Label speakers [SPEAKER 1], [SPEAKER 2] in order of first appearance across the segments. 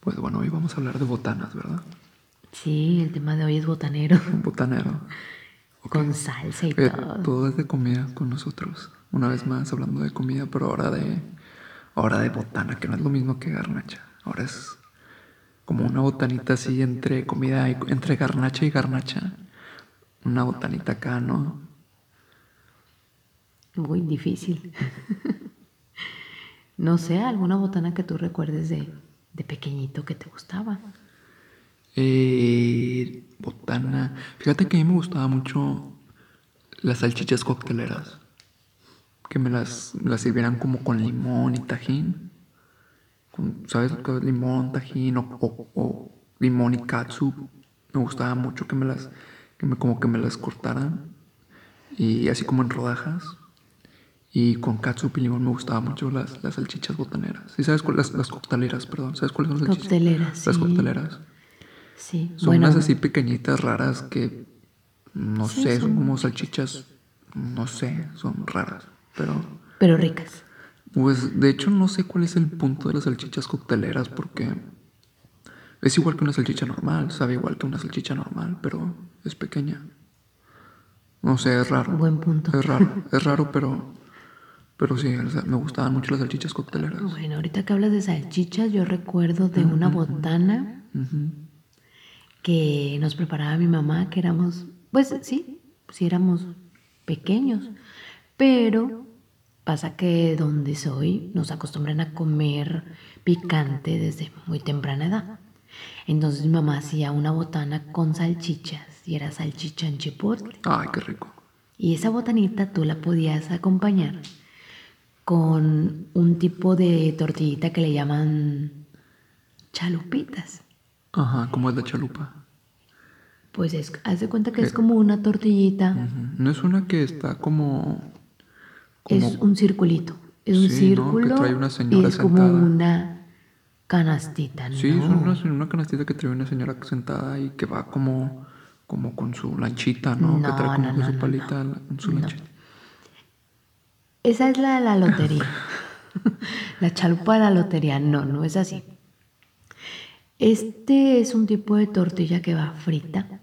[SPEAKER 1] Pues bueno, hoy vamos a hablar de botanas, ¿verdad?
[SPEAKER 2] Sí, el tema de hoy es botanero.
[SPEAKER 1] Un botanero. Ok.
[SPEAKER 2] Con salsa y
[SPEAKER 1] Eh,
[SPEAKER 2] todo.
[SPEAKER 1] todo es de comida con nosotros. Una vez más hablando de comida, pero ahora de, ahora de botana, que no es lo mismo que garnacha. Ahora es como una botanita así entre comida y entre garnacha y garnacha. Una botanita acá, ¿no?
[SPEAKER 2] Muy difícil. no sé, alguna botana que tú recuerdes de, de pequeñito que te gustaba.
[SPEAKER 1] Eh, botana. Fíjate que a mí me gustaba mucho las salchichas cocteleras. Que me las, me las sirvieran como con limón y tajín. Con, ¿Sabes? Con Limón, tajín o, o- o limón y katsu. Me gustaba mucho que me las, que me, como que me las cortaran. Y así como en rodajas. Y con katsu y limón me gustaba mucho las, las salchichas botaneras. ¿Sí sabes cuáles? Las, las cocteleras, perdón. ¿Sabes cuáles son las salchichas?
[SPEAKER 2] Cocteleras,
[SPEAKER 1] Las
[SPEAKER 2] sí.
[SPEAKER 1] cocteleras.
[SPEAKER 2] Sí,
[SPEAKER 1] Son
[SPEAKER 2] bueno.
[SPEAKER 1] unas así pequeñitas raras que no
[SPEAKER 2] Sí,
[SPEAKER 1] sé, son
[SPEAKER 2] son-
[SPEAKER 1] como salchichas, no sé, son raras. Pero,
[SPEAKER 2] Pero ricas.
[SPEAKER 1] pues de hecho no sé cuál es el punto de las salchichas cocteleras porque es igual que una salchicha normal, sabe igual que una salchicha normal, pero es pequeña. No sé, es raro.
[SPEAKER 2] Buen punto.
[SPEAKER 1] Es raro, es raro, pero, pero sí, o sea, me gustaban mucho las salchichas cocteleras.
[SPEAKER 2] Ah, Bueno, ahorita que hablas de salchichas, yo recuerdo de una botana
[SPEAKER 1] Ujú.
[SPEAKER 2] que nos preparaba mi mamá, que éramos, pues sí, sí éramos pequeños, pero pasa que donde soy nos acostumbran a comer picante desde muy temprana edad. Entonces mi mamá hacía una botana con salchichas y era salchicha en chipotle.
[SPEAKER 1] Ay, qué rico.
[SPEAKER 2] Y esa botanita tú la podías acompañar con un tipo de tortillita que le llaman chalupitas.
[SPEAKER 1] Ajá, como es la chalupa.
[SPEAKER 2] Pues es, haz de cuenta que es como una tortillita,
[SPEAKER 1] Ujú. No es una que está como. como
[SPEAKER 2] es un circulito, es un
[SPEAKER 1] Sí, ¿no? Que
[SPEAKER 2] círculo
[SPEAKER 1] trae una señora
[SPEAKER 2] y es como
[SPEAKER 1] sentada.
[SPEAKER 2] una canastita,
[SPEAKER 1] sí,
[SPEAKER 2] ¿no?
[SPEAKER 1] es una, es una canastita que trae una señora sentada y que va como, como con su lanchita, ¿no? que
[SPEAKER 2] No,
[SPEAKER 1] trae como
[SPEAKER 2] no,
[SPEAKER 1] con
[SPEAKER 2] no,
[SPEAKER 1] su
[SPEAKER 2] no,
[SPEAKER 1] palita, la- con su
[SPEAKER 2] No.
[SPEAKER 1] lanchita.
[SPEAKER 2] Esa es la de la lotería. la chalupa de la lotería, no, no es así. Este es un tipo de tortilla que va frita.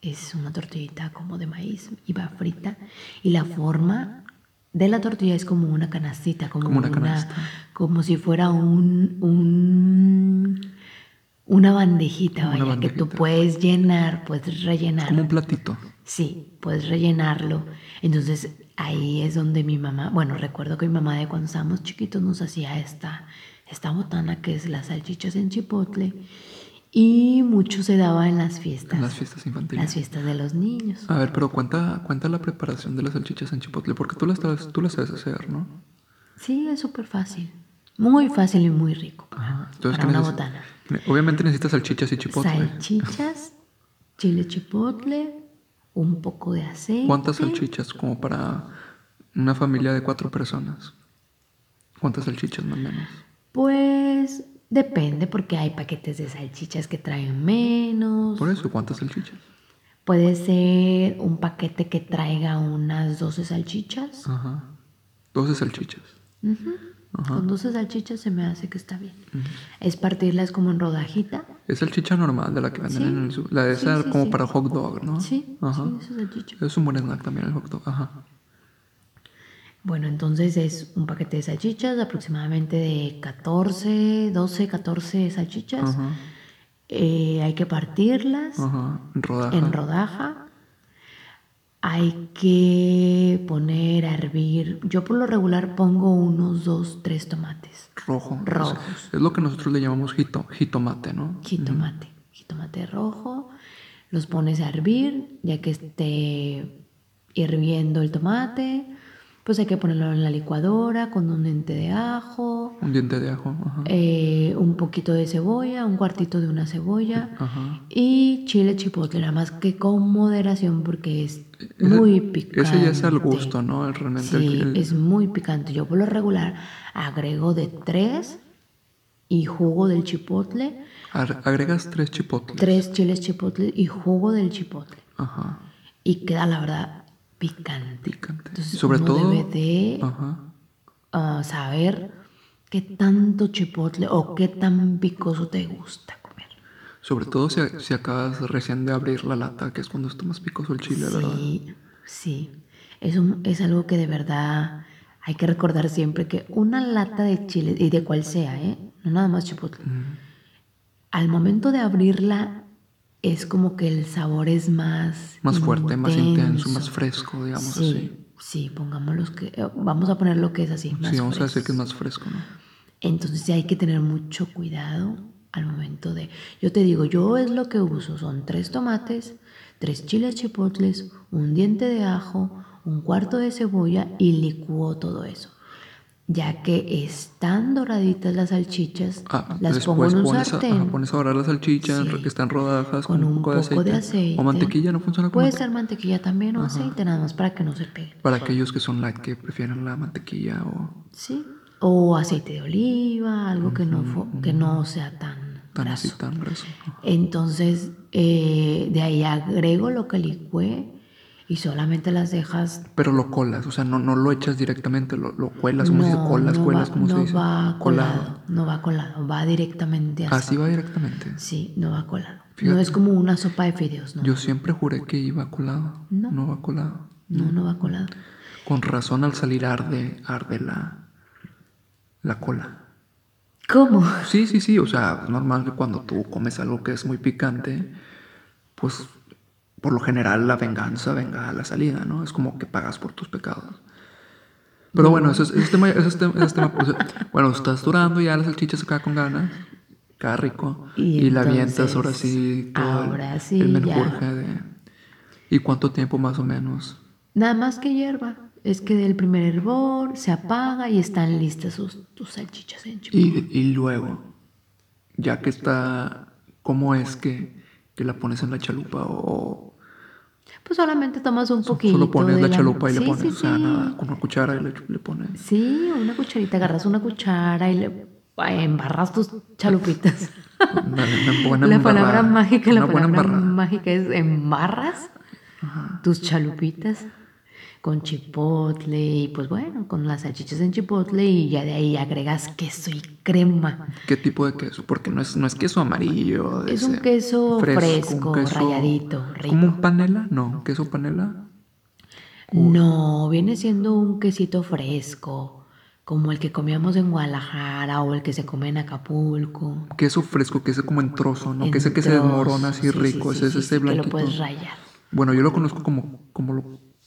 [SPEAKER 2] Es una tortillita como de maíz y va frita. Y la forma de la tortilla es como una canastita, como,
[SPEAKER 1] Como una
[SPEAKER 2] una,
[SPEAKER 1] canasta.
[SPEAKER 2] como si fuera un, un- una bandejita,
[SPEAKER 1] Como una
[SPEAKER 2] vaya, que tú
[SPEAKER 1] bandejita.
[SPEAKER 2] puedes llenar, puedes rellenar.
[SPEAKER 1] Como un platito.
[SPEAKER 2] Sí, puedes rellenarlo. Entonces ahí es donde mi mamá, bueno, recuerdo que mi mamá de cuando estábamos chiquitos nos hacía esta, esta botana que es las salchichas en chipotle y mucho se daba en las fiestas,
[SPEAKER 1] En las fiestas infantiles.
[SPEAKER 2] las fiestas de los niños.
[SPEAKER 1] A ver, pero cuenta, cuenta la preparación de las salchichas en chipotle, porque tú las, sabes- tú las sabes hacer, ¿no?
[SPEAKER 2] Sí, es súper fácil, muy fácil y muy rico para,
[SPEAKER 1] Ajá. Entonces,
[SPEAKER 2] para
[SPEAKER 1] ¿qué
[SPEAKER 2] una
[SPEAKER 1] neces-
[SPEAKER 2] botana.
[SPEAKER 1] ne- Obviamente necesitas salchichas y chipotle.
[SPEAKER 2] Salchichas, chile chipotle, un poco de aceite.
[SPEAKER 1] ¿Cuántas salchichas como para una familia de cuatro personas? ¿Cuántas salchichas más o menos?
[SPEAKER 2] Pues depende porque hay paquetes de salchichas que traen menos.
[SPEAKER 1] Por eso, ¿cuántas salchichas?
[SPEAKER 2] Puede ser un paquete que traiga unas 12 salchichas.
[SPEAKER 1] Ajá. 12 salchichas.
[SPEAKER 2] Ujú. Con 12 salchichas se me hace que está bien. Es partirlas como en rodajita.
[SPEAKER 1] Es salchicha normal de la que venden
[SPEAKER 2] Sí.
[SPEAKER 1] en el su- La de
[SPEAKER 2] Sí,
[SPEAKER 1] esa
[SPEAKER 2] sí,
[SPEAKER 1] como
[SPEAKER 2] sí.
[SPEAKER 1] para hot dog, ¿no?
[SPEAKER 2] Sí,
[SPEAKER 1] Ajá.
[SPEAKER 2] sí, esa salchicha.
[SPEAKER 1] Es un buen snack también el hot dog. Ajá.
[SPEAKER 2] Bueno, entonces es un paquete de salchichas, aproximadamente de 14, 12, 14 salchichas.
[SPEAKER 1] Ajá.
[SPEAKER 2] Eh, hay que partirlas.
[SPEAKER 1] Ajá. En rodaja.
[SPEAKER 2] en rodaja. Hay que poner a hervir. Yo por lo regular pongo unos dos, tres tomates.
[SPEAKER 1] Rojo.
[SPEAKER 2] Rojos.
[SPEAKER 1] Es, es lo que nosotros le llamamos jito- jitomate, ¿no?
[SPEAKER 2] Jitomate. Jitomate rojo. Los pones a hervir. Ya que esté hirviendo el tomate, pues hay que ponerlo en la licuadora con un diente de ajo,
[SPEAKER 1] Un diente de ajo. Ajá.
[SPEAKER 2] eh, un poquito de cebolla, un cuartito de una cebolla.
[SPEAKER 1] Ajá.
[SPEAKER 2] Y chile chipotle, nada más que con moderación porque es
[SPEAKER 1] Ese-
[SPEAKER 2] muy picante.
[SPEAKER 1] Ese ya es al gusto, ¿no? El- Realmente el-
[SPEAKER 2] Sí,
[SPEAKER 1] el-
[SPEAKER 2] es muy picante. Yo por lo regular agrego de tres y jugo del chipotle,
[SPEAKER 1] ar- agregas tres chipotles.
[SPEAKER 2] tres chiles chipotle y jugo del chipotle.
[SPEAKER 1] Ajá.
[SPEAKER 2] Y queda la verdad picante.
[SPEAKER 1] Picante.
[SPEAKER 2] Entonces
[SPEAKER 1] Sobre
[SPEAKER 2] uno
[SPEAKER 1] todo.
[SPEAKER 2] debe de
[SPEAKER 1] Ajá.
[SPEAKER 2] ah, saber ¿Qué tanto chipotle o qué tan picoso te gusta comer?
[SPEAKER 1] Sobre todo si, si acabas recién de abrir la lata, que es cuando está más picoso el chile, ¿verdad?
[SPEAKER 2] Sí, sí. Es, un- es algo que de verdad hay que recordar siempre que una lata de chile, y de cual sea, ¿eh? no nada más chipotle, al momento de abrirla es como que el sabor es más...
[SPEAKER 1] Más fuerte, más intenso, más
[SPEAKER 2] intenso.
[SPEAKER 1] fresco, digamos así.
[SPEAKER 2] Sí, sí, pongamos los que... eh, Vamos a poner lo que es así. Más
[SPEAKER 1] sí, vamos a decir
[SPEAKER 2] fresco.
[SPEAKER 1] que es más fresco, ¿no?
[SPEAKER 2] Entonces sí hay que tener mucho cuidado al momento de... Yo te digo, yo es lo que uso. Son tres tomates, tres chiles chipotles, un diente de ajo, un cuarto de cebolla y licúo todo eso. Ya que están doraditas las salchichas,
[SPEAKER 1] Ah,
[SPEAKER 2] las
[SPEAKER 1] después
[SPEAKER 2] pongo en un
[SPEAKER 1] pones,
[SPEAKER 2] sartén
[SPEAKER 1] A, ajá, pones a dorar la salchicha
[SPEAKER 2] Sí.
[SPEAKER 1] que que están rodajas
[SPEAKER 2] con un poco, de, aceite.
[SPEAKER 1] O mantequilla, ¿no funciona con
[SPEAKER 2] Puede
[SPEAKER 1] mantequilla?
[SPEAKER 2] ser mantequilla también o aceite, nada más para que no se pegue.
[SPEAKER 1] Para aquellos que son light, que prefieren la mantequilla o
[SPEAKER 2] Sí. O aceite de oliva, algo que no, fo- que no sea tan,
[SPEAKER 1] tan
[SPEAKER 2] graso.
[SPEAKER 1] así, tan grueso.
[SPEAKER 2] Entonces, eh, de ahí agrego lo que licué y solamente las dejas.
[SPEAKER 1] Pero lo colas, o sea, no, no lo echas directamente, lo, lo cuelas, como se dice? Colas,
[SPEAKER 2] no
[SPEAKER 1] cuelas,
[SPEAKER 2] va,
[SPEAKER 1] como se
[SPEAKER 2] no
[SPEAKER 1] dice?
[SPEAKER 2] va colado, No va colado, va directamente así.
[SPEAKER 1] Así va directamente.
[SPEAKER 2] Sí, no va colado. No
[SPEAKER 1] Fíjate.
[SPEAKER 2] es como una sopa de fideos, ¿no?
[SPEAKER 1] Yo siempre juré que iba colado.
[SPEAKER 2] No.
[SPEAKER 1] va colado.
[SPEAKER 2] no, no va colado.
[SPEAKER 1] Con razón al salir arde, arde la, la cola.
[SPEAKER 2] ¿Cómo?
[SPEAKER 1] Sí, sí, sí, o sea, es normal que cuando tú comes algo que es muy picante, pues por lo general la venganza venga a la salida, ¿no? Es como que pagas por tus pecados. Pero bueno, ese es, ese es tema, ese es tema, ese es tema, pues, bueno, estás durando ya las salchichas acá con ganas, acá rico,
[SPEAKER 2] Y
[SPEAKER 1] y, la avientas
[SPEAKER 2] entonces,
[SPEAKER 1] ahora sí todo el-
[SPEAKER 2] ahora
[SPEAKER 1] el,
[SPEAKER 2] sí, ya.
[SPEAKER 1] menjurje de... ¿Y cuánto tiempo más o menos?
[SPEAKER 2] Nada más que hierba. Es que del primer hervor se apaga y están listas sus, tus salchichas en chipotle.
[SPEAKER 1] Y, y luego, ya que está, ¿cómo es que, que la pones en la chalupa o
[SPEAKER 2] Pues solamente tomas un poquito.
[SPEAKER 1] Solo pones
[SPEAKER 2] de
[SPEAKER 1] la chalupa y le
[SPEAKER 2] Sí,
[SPEAKER 1] pones,
[SPEAKER 2] sí,
[SPEAKER 1] o sea,
[SPEAKER 2] sí.
[SPEAKER 1] nada, con una cuchara y le, le pones.
[SPEAKER 2] Sí, una cucharita, agarras una cuchara y le ay, embarras tus chalupitas.
[SPEAKER 1] Una, una buena
[SPEAKER 2] la palabra
[SPEAKER 1] embarrada,
[SPEAKER 2] mágica, la
[SPEAKER 1] una buena
[SPEAKER 2] palabra
[SPEAKER 1] embarrada.
[SPEAKER 2] mágica es embarras tus chalupitas con chipotle y pues bueno, con las salchichas en chipotle y ya de ahí agregas queso y crema.
[SPEAKER 1] ¿Qué tipo de queso? Porque no es, no es queso amarillo. de
[SPEAKER 2] Es un
[SPEAKER 1] ese
[SPEAKER 2] queso fresco,
[SPEAKER 1] un
[SPEAKER 2] ralladito, rico.
[SPEAKER 1] ¿Como un panela? No, queso panela.
[SPEAKER 2] No, viene siendo un quesito fresco, como el que comíamos en Guadalajara o el que se come en Acapulco.
[SPEAKER 1] Queso fresco, que es como en trozo, ¿no? que
[SPEAKER 2] en
[SPEAKER 1] ese que se desmorona
[SPEAKER 2] trozos.
[SPEAKER 1] así
[SPEAKER 2] Sí, sí,
[SPEAKER 1] rico,
[SPEAKER 2] sí,
[SPEAKER 1] ese
[SPEAKER 2] sí,
[SPEAKER 1] es ese
[SPEAKER 2] sí, Que
[SPEAKER 1] blanquito.
[SPEAKER 2] lo puedes rayar.
[SPEAKER 1] Bueno, yo lo conozco como, como lo,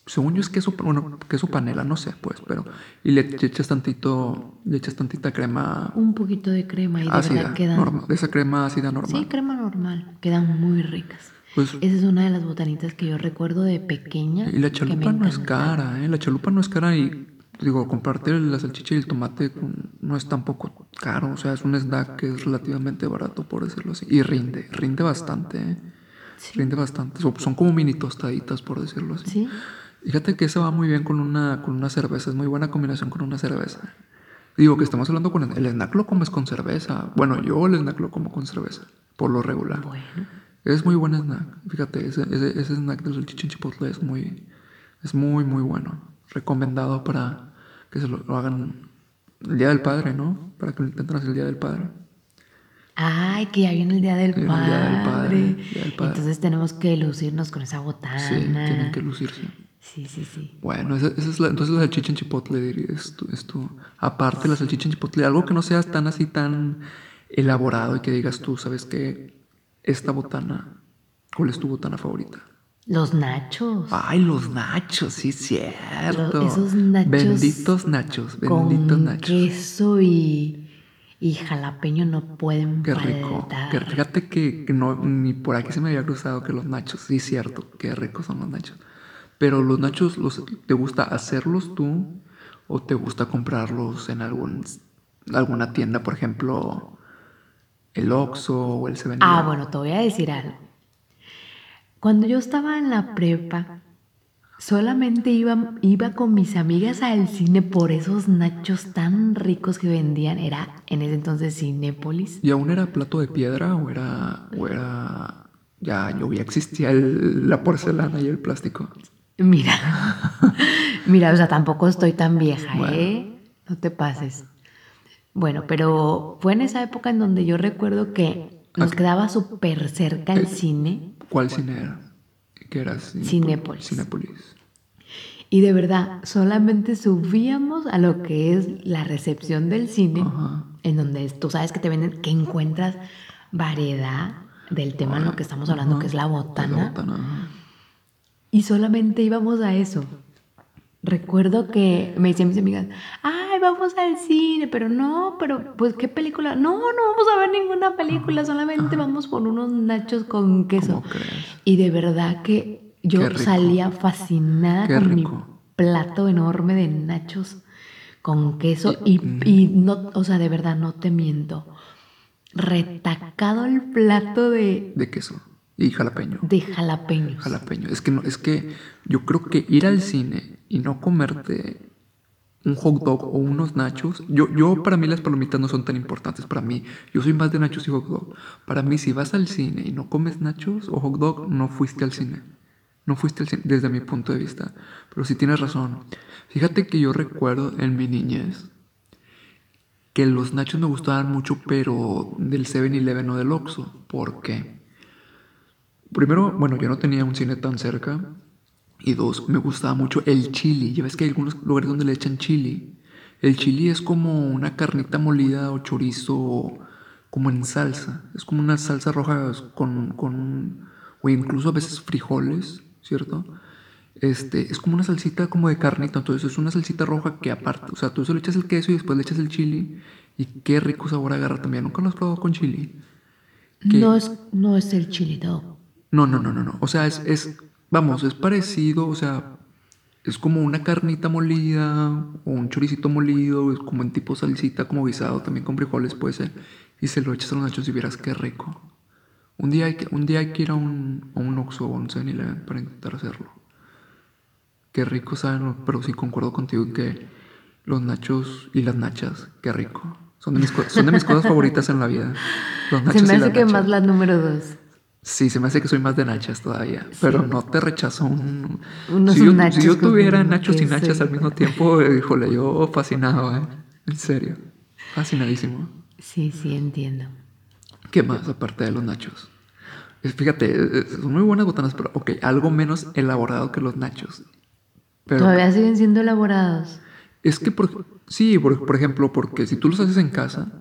[SPEAKER 1] según yo es queso, bueno, queso panela, no sé, pues, pero, y le echas tantito, le echas tantita crema
[SPEAKER 2] Un poquito de crema y de
[SPEAKER 1] ácida,
[SPEAKER 2] verdad quedan.
[SPEAKER 1] Ah, normal, de esa crema ácida normal.
[SPEAKER 2] Sí, crema normal. Quedan muy ricas.
[SPEAKER 1] Pues-
[SPEAKER 2] Esa es una de las botanitas que yo recuerdo de pequeña.
[SPEAKER 1] Y la
[SPEAKER 2] que me
[SPEAKER 1] chalupa no es
[SPEAKER 2] encanta.
[SPEAKER 1] cara, ¿eh? La chalupa no es cara y, digo, compartir la salchicha y el tomate con- no es tampoco caro. O sea, es un snack que es relativamente barato, por decirlo así. Y rinde, rinde bastante, ¿eh? Rinde bastante. So- Son como mini tostaditas, por decirlo así.
[SPEAKER 2] Sí,
[SPEAKER 1] Fíjate que esa va muy bien con una, con una cerveza. Es muy buena combinación con una cerveza. Digo que estamos hablando con... El snack lo comes con cerveza. Bueno, yo el snack lo como con cerveza, por lo regular.
[SPEAKER 2] bueno.
[SPEAKER 1] Es muy buen snack. Fíjate, ese, ese, ese snack del salchicha en chipotle es muy, es muy, muy bueno. Recomendado para que se lo, lo hagan el Día del Padre, ¿no? Para que lo intenten hacer el Día del Padre.
[SPEAKER 2] Ay, que ya viene el Día del,
[SPEAKER 1] El Día
[SPEAKER 2] padre.
[SPEAKER 1] del Padre, Día del Padre.
[SPEAKER 2] Entonces tenemos que lucirnos con esa botana.
[SPEAKER 1] Sí, tienen que lucirse.
[SPEAKER 2] sí, sí, sí.
[SPEAKER 1] Bueno, esa, esa es la, entonces la salchicha en chipotle diría, es tu, es tu- Aparte la salchicha en chipotle, algo que no sea tan así tan elaborado y que digas tú, ¿sabes qué? Esta botana, ¿cuál es tu botana favorita?
[SPEAKER 2] Los nachos.
[SPEAKER 1] Ay, los nachos, sí, cierto.
[SPEAKER 2] Lo- esos nachos
[SPEAKER 1] Benditos nachos, benditos
[SPEAKER 2] con
[SPEAKER 1] nachos.
[SPEAKER 2] queso y, y jalapeño no pueden
[SPEAKER 1] Qué rico.
[SPEAKER 2] faltar.
[SPEAKER 1] Qué, fíjate que, que no, ni por aquí se me había cruzado que los nachos, sí, cierto, qué ricos son los nachos. Pero los nachos, los, ¿te gusta hacerlos tú o te gusta comprarlos en algún, alguna tienda, por ejemplo, el Oxxo o el 7
[SPEAKER 2] Ah, bueno, te voy a decir algo. Cuando yo estaba en la prepa, solamente iba, iba con mis amigas al cine por esos nachos tan ricos que vendían. Era en ese entonces Cinépolis.
[SPEAKER 1] ¿Y aún era plato de piedra o era, o era ya, yo ya existía el- la porcelana y el plástico?
[SPEAKER 2] Mira, mira, o sea, tampoco estoy tan vieja, ¿eh? No te pases. Bueno, pero fue en esa época en donde yo recuerdo que nos
[SPEAKER 1] Ok.
[SPEAKER 2] quedaba súper cerca el cine
[SPEAKER 1] ¿Cuál cine era? ¿Qué era? Cine-
[SPEAKER 2] Cinépolis.
[SPEAKER 1] Cinépolis.
[SPEAKER 2] y de verdad solamente subíamos a lo que es la recepción del cine,
[SPEAKER 1] Ajá.
[SPEAKER 2] en donde es- tú sabes que te venden, que encuentras variedad del tema en lo que estamos hablando,
[SPEAKER 1] Ajá.
[SPEAKER 2] que es la botana.
[SPEAKER 1] La botana. ajá.
[SPEAKER 2] Y solamente íbamos a eso. Recuerdo que me decían mis amigas, ay, vamos al cine, pero no, pero pues qué película. No, no vamos a ver ninguna película, solamente vamos por unos nachos con queso.
[SPEAKER 1] ¿Cómo crees?
[SPEAKER 2] Y de verdad que yo
[SPEAKER 1] Qué rico.
[SPEAKER 2] salía fascinada
[SPEAKER 1] Qué
[SPEAKER 2] con mi
[SPEAKER 1] rico.
[SPEAKER 2] plato enorme de nachos con queso y, y no, o sea, de verdad no te miento. Retacado el plato de,
[SPEAKER 1] De queso y jalapeño.
[SPEAKER 2] de jalapeños.
[SPEAKER 1] Jalapeño. Es que no, es que yo creo que ir al cine y no comerte un hot dog o unos nachos, yo, yo para mí las palomitas no son tan importantes para mí. Yo soy más de nachos y hot dog. Para mí si vas al cine y no comes nachos o hot dog, no fuiste al cine. No fuiste al cine desde mi punto de vista. Pero si tienes razón. Fíjate que yo recuerdo en mi niñez que los nachos me gustaban mucho, pero del 7-Eleven o del Oxxo. ¿Por qué? Primero, bueno, yo no tenía un cine tan cerca. Y dos, me gustaba mucho el chili. Ya ves que hay algunos lugares donde le echan chili. El chili es como una carnita molida o chorizo, como en salsa. Es como una salsa roja con, con o incluso a veces frijoles, ¿cierto? Este, es como una salsita como de carnita, entonces es una salsita roja que aparte, o sea, tú se le echas el queso y después le echas el chili y qué rico sabor agarra también. Nunca lo has probado con chili. que-
[SPEAKER 2] No es, no es el chili dog.
[SPEAKER 1] No, no, no, no, no. O sea, es, es, vamos, es parecido, o sea, es como una carnita molida o un choricito molido, es como en tipo salsita, como guisado, también con frijoles puede ser, y se lo echas a los nachos y vieras qué rico. Un día hay que, un día hay que ir a un, a un Oxxo o a un 7-Eleven para intentar hacerlo. Qué rico saben, los- pero sí concuerdo contigo en que los nachos y las nachas, qué rico. Son de mis, co- son de mis cosas favoritas en la vida. Los nachos
[SPEAKER 2] Se me
[SPEAKER 1] y las
[SPEAKER 2] hace que
[SPEAKER 1] nachas.
[SPEAKER 2] más la número dos.
[SPEAKER 1] Sí, se me hace que soy más de nachas todavía, pero no te rechazo un...
[SPEAKER 2] Unos
[SPEAKER 1] si, yo,
[SPEAKER 2] nachos
[SPEAKER 1] si yo
[SPEAKER 2] con
[SPEAKER 1] tuviera nachos y
[SPEAKER 2] queso
[SPEAKER 1] nachas
[SPEAKER 2] y-
[SPEAKER 1] al mismo tiempo, eh, híjole, yo fascinado, ¿eh? En serio, fascinadísimo.
[SPEAKER 2] Sí, sí, entiendo.
[SPEAKER 1] ¿Qué más aparte de los nachos? Eh, Fíjate, eh, eh, son muy buenas botanas, pero ok, algo menos elaborado que los nachos. Pero
[SPEAKER 2] Todavía siguen siendo elaborados.
[SPEAKER 1] es que, por, sí, por, por ejemplo, porque si tú los haces en casa,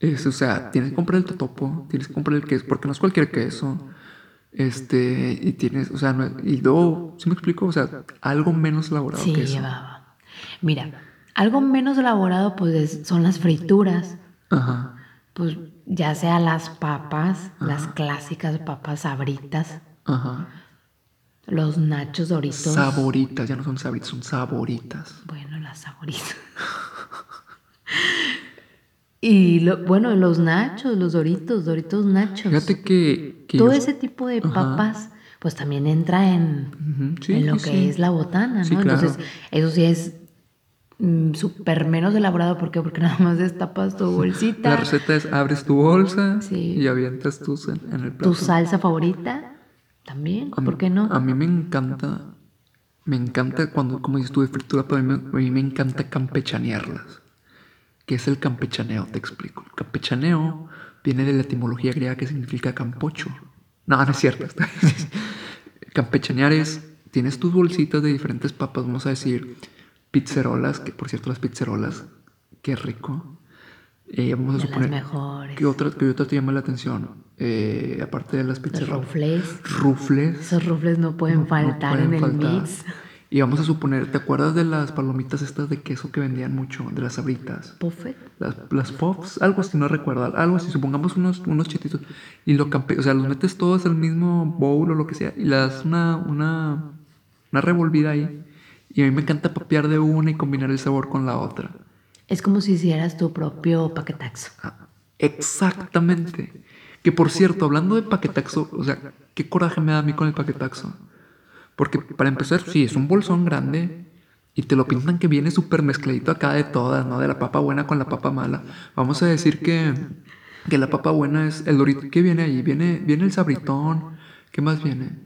[SPEAKER 1] es, o sea, tienes que comprar el totopo, tienes que comprar el queso, porque no es cualquier queso. Este, y tienes, o sea, no es- y luego, ¿sí me explico? O sea, algo menos elaborado
[SPEAKER 2] Sí,
[SPEAKER 1] que eso.
[SPEAKER 2] llevaba. Mira, algo menos elaborado pues es- son las frituras.
[SPEAKER 1] Ajá,
[SPEAKER 2] Pues ya sea las papas, las clásicas papas sabritas,
[SPEAKER 1] ajá.
[SPEAKER 2] los nachos doritos.
[SPEAKER 1] Saboritas, ya no son sabritas, son saboritas.
[SPEAKER 2] Bueno, las saboritas. y lo, bueno, los nachos, los doritos, doritos nachos.
[SPEAKER 1] Fíjate que. que
[SPEAKER 2] Todo
[SPEAKER 1] yo-
[SPEAKER 2] ese tipo de
[SPEAKER 1] Ajá.
[SPEAKER 2] papas, pues también entra en,
[SPEAKER 1] Ujú, sí,
[SPEAKER 2] en lo
[SPEAKER 1] sí,
[SPEAKER 2] que
[SPEAKER 1] sí.
[SPEAKER 2] es la botana, ¿no?
[SPEAKER 1] Sí, claro.
[SPEAKER 2] Entonces, eso sí es mm, súper menos elaborado. ¿Por qué? Porque nada más destapas tu bolsita,
[SPEAKER 1] La receta es: abres tu bolsa
[SPEAKER 2] Sí.
[SPEAKER 1] y avientas tus en, en el plato.
[SPEAKER 2] tu salsa favorita también,
[SPEAKER 1] A mí-
[SPEAKER 2] ¿por qué no?
[SPEAKER 1] A mí me encanta, me encanta cuando, como dices tú, de fritura, pero a mí, me- a mí me encanta campechanearlas. ¿Qué es el campechaneo? Te explico. El campechaneo viene de la etimología griega que significa campocho. No, no es cierto. está- Campechanear es, tienes tus bolsitas de diferentes papas, vamos a decir, pizzerolas, que por cierto las pizzerolas, qué rico. Eh, vamos a
[SPEAKER 2] de las
[SPEAKER 1] suponer,
[SPEAKER 2] mejores,
[SPEAKER 1] ¿qué otra, qué otra te llama la atención? Eh, aparte de las
[SPEAKER 2] los
[SPEAKER 1] pizzerolas.
[SPEAKER 2] rufles.
[SPEAKER 1] Rufles.
[SPEAKER 2] Esos rufles no pueden faltar
[SPEAKER 1] No
[SPEAKER 2] en
[SPEAKER 1] pueden
[SPEAKER 2] el
[SPEAKER 1] faltar.
[SPEAKER 2] mix.
[SPEAKER 1] Y vamos a suponer, ¿te acuerdas de las palomitas estas de queso que vendían mucho? De las sabritas.
[SPEAKER 2] Buffet.
[SPEAKER 1] Las, las puffs, algo así, no recuerdo. Algo así, supongamos unos, unos chetitos. Y lo campe- o sea, los metes todos al mismo bowl o lo que sea. Y le das una, una, una revolvida ahí. Y a mí me encanta papear de una y combinar el sabor con la otra.
[SPEAKER 2] Es como si hicieras tu propio paquetaxo.
[SPEAKER 1] Ah, Exactamente. Que por cierto, hablando de paquetaxo, o sea, qué coraje me da a mí con el paquetaxo. Porque para empezar, sí, es un bolsón grande y te lo pintan que viene súper mezcladito acá de todas, ¿no? De la papa buena con la papa mala. Vamos a decir que, que la papa buena es el dorito. ¿Qué viene ahí? Viene, viene el sabritón. ¿Qué más viene?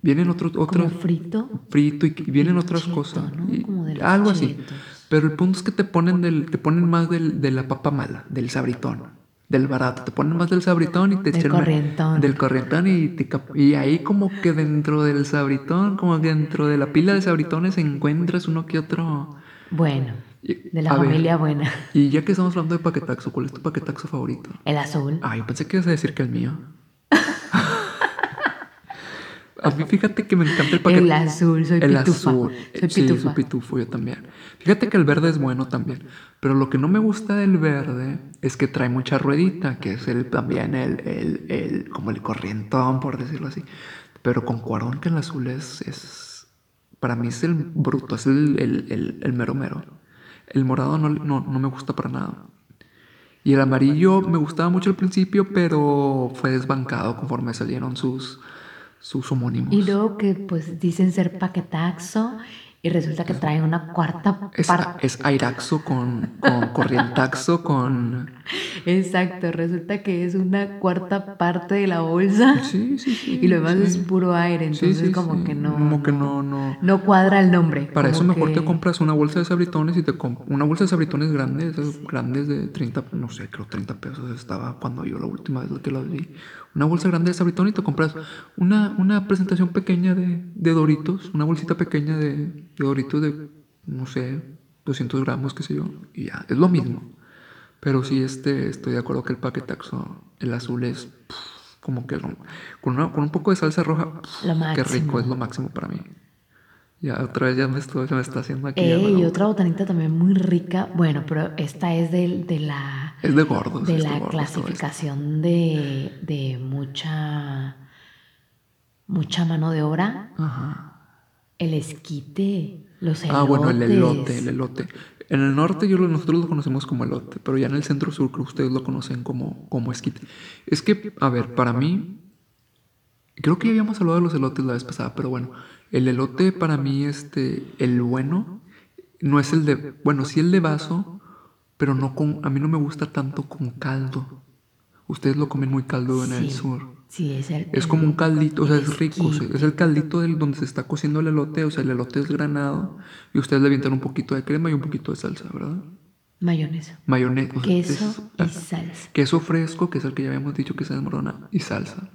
[SPEAKER 1] Vienen otros,
[SPEAKER 2] Como
[SPEAKER 1] otros
[SPEAKER 2] frito.
[SPEAKER 1] frito y que- vienen otras
[SPEAKER 2] cheto,
[SPEAKER 1] cosas.
[SPEAKER 2] ¿no?
[SPEAKER 1] y
[SPEAKER 2] Como de los
[SPEAKER 1] algo así.
[SPEAKER 2] chetos.
[SPEAKER 1] Pero el punto es que te ponen, del, te ponen más del, de la papa mala, del sabritón, del barato. Te ponen más del sabritón y te
[SPEAKER 2] Del
[SPEAKER 1] echan una-
[SPEAKER 2] corrientón.
[SPEAKER 1] del corrientón y, te cap- y ahí como que dentro del sabritón, como que dentro de la pila de sabritones encuentras uno que otro.
[SPEAKER 2] Bueno,
[SPEAKER 1] Y-
[SPEAKER 2] de la
[SPEAKER 1] a ver,
[SPEAKER 2] familia buena.
[SPEAKER 1] y ya que estamos hablando de paquetaxo, ¿cuál es tu paquetaxo favorito?
[SPEAKER 2] El azul.
[SPEAKER 1] Ah, yo pensé que ibas a decir que el mío. a mí fíjate que me encanta el paquete.
[SPEAKER 2] El azul, soy
[SPEAKER 1] el
[SPEAKER 2] pitufa.
[SPEAKER 1] azul.
[SPEAKER 2] Soy
[SPEAKER 1] Sí, soy
[SPEAKER 2] pitufa.
[SPEAKER 1] pitufo, yo también. Fíjate que el verde es bueno también. Pero lo que no me gusta del verde es que trae mucha ruedita, que es el también el, el, el- como el corrientón, por decirlo así. Pero con cuarón que el azul es, es para mí es el bruto, es el, el, el- el mero mero. El morado no, no, no me gusta para nada. Y el amarillo me gustaba mucho al principio, pero fue desbancado conforme salieron sus, sus homónimos.
[SPEAKER 2] Y luego que pues dicen ser paquetaxo y resulta que traen una cuarta
[SPEAKER 1] Es,
[SPEAKER 2] parte.
[SPEAKER 1] es airaxo con, con corrientaxo, con...
[SPEAKER 2] Exacto, resulta que es una cuarta parte de la bolsa
[SPEAKER 1] Sí, sí, sí.
[SPEAKER 2] y lo demás
[SPEAKER 1] sí.
[SPEAKER 2] es puro aire,
[SPEAKER 1] Sí,
[SPEAKER 2] entonces
[SPEAKER 1] sí,
[SPEAKER 2] como
[SPEAKER 1] sí.
[SPEAKER 2] que no,
[SPEAKER 1] Como que no, no.
[SPEAKER 2] no cuadra el nombre.
[SPEAKER 1] Para eso
[SPEAKER 2] como
[SPEAKER 1] mejor
[SPEAKER 2] que-
[SPEAKER 1] te compras una bolsa de sabritones y te comp- una bolsa de sabritones grandes, esas grandes de 30, no sé, creo 30 pesos estaba cuando yo la última vez que las vi. Una bolsa grande de sabritones y te compras una, una presentación pequeña de, de Doritos, una bolsita pequeña de, de Doritos de, no sé, 200 gramos, qué sé yo, y ya, es lo mismo. Pero sí, este, estoy de acuerdo que el paquetaxo, el azul es pff, como que lo- con, una- con un poco de salsa roja, pff,
[SPEAKER 2] Lo
[SPEAKER 1] qué rico,
[SPEAKER 2] máximo.
[SPEAKER 1] es lo máximo para mí. Ya, otra vez ya me, estoy, se me está haciendo aquí. ya
[SPEAKER 2] Ey,
[SPEAKER 1] la-
[SPEAKER 2] eh, otra botanita también muy rica. Bueno, pero esta es del- de la,
[SPEAKER 1] Es de gordos.
[SPEAKER 2] de
[SPEAKER 1] es de
[SPEAKER 2] la
[SPEAKER 1] gordos,
[SPEAKER 2] clasificación de, de mucha, mucha mano de obra.
[SPEAKER 1] todo esto. Ajá.
[SPEAKER 2] El esquite, los elotes.
[SPEAKER 1] Ah, bueno, el elote, el elote. En el norte yo lo- nosotros lo conocemos como elote, pero ya en el centro sur creo que ustedes lo conocen como, como esquite. Es que, a ver, para mí, creo que ya habíamos hablado de los elotes la vez pasada, pero bueno, el elote para mí, este, el bueno, no es el de, bueno, sí el de vaso, pero no con, a mí no me gusta tanto con caldo. Ustedes lo comen muy caldo en el
[SPEAKER 2] Sí,
[SPEAKER 1] sur.
[SPEAKER 2] Sí, es el...
[SPEAKER 1] Es como un caldito, o sea, es rico, o sea, es el caldito del donde se está cociendo el elote, o sea, el elote es granado y ustedes le avientan un poquito de crema y un poquito de salsa, ¿verdad?
[SPEAKER 2] Mayonesa.
[SPEAKER 1] Mayonesa, o sea, es-
[SPEAKER 2] Queso y
[SPEAKER 1] ah,
[SPEAKER 2] salsa.
[SPEAKER 1] queso fresco, que es el que ya habíamos dicho que se desmorona, y salsa.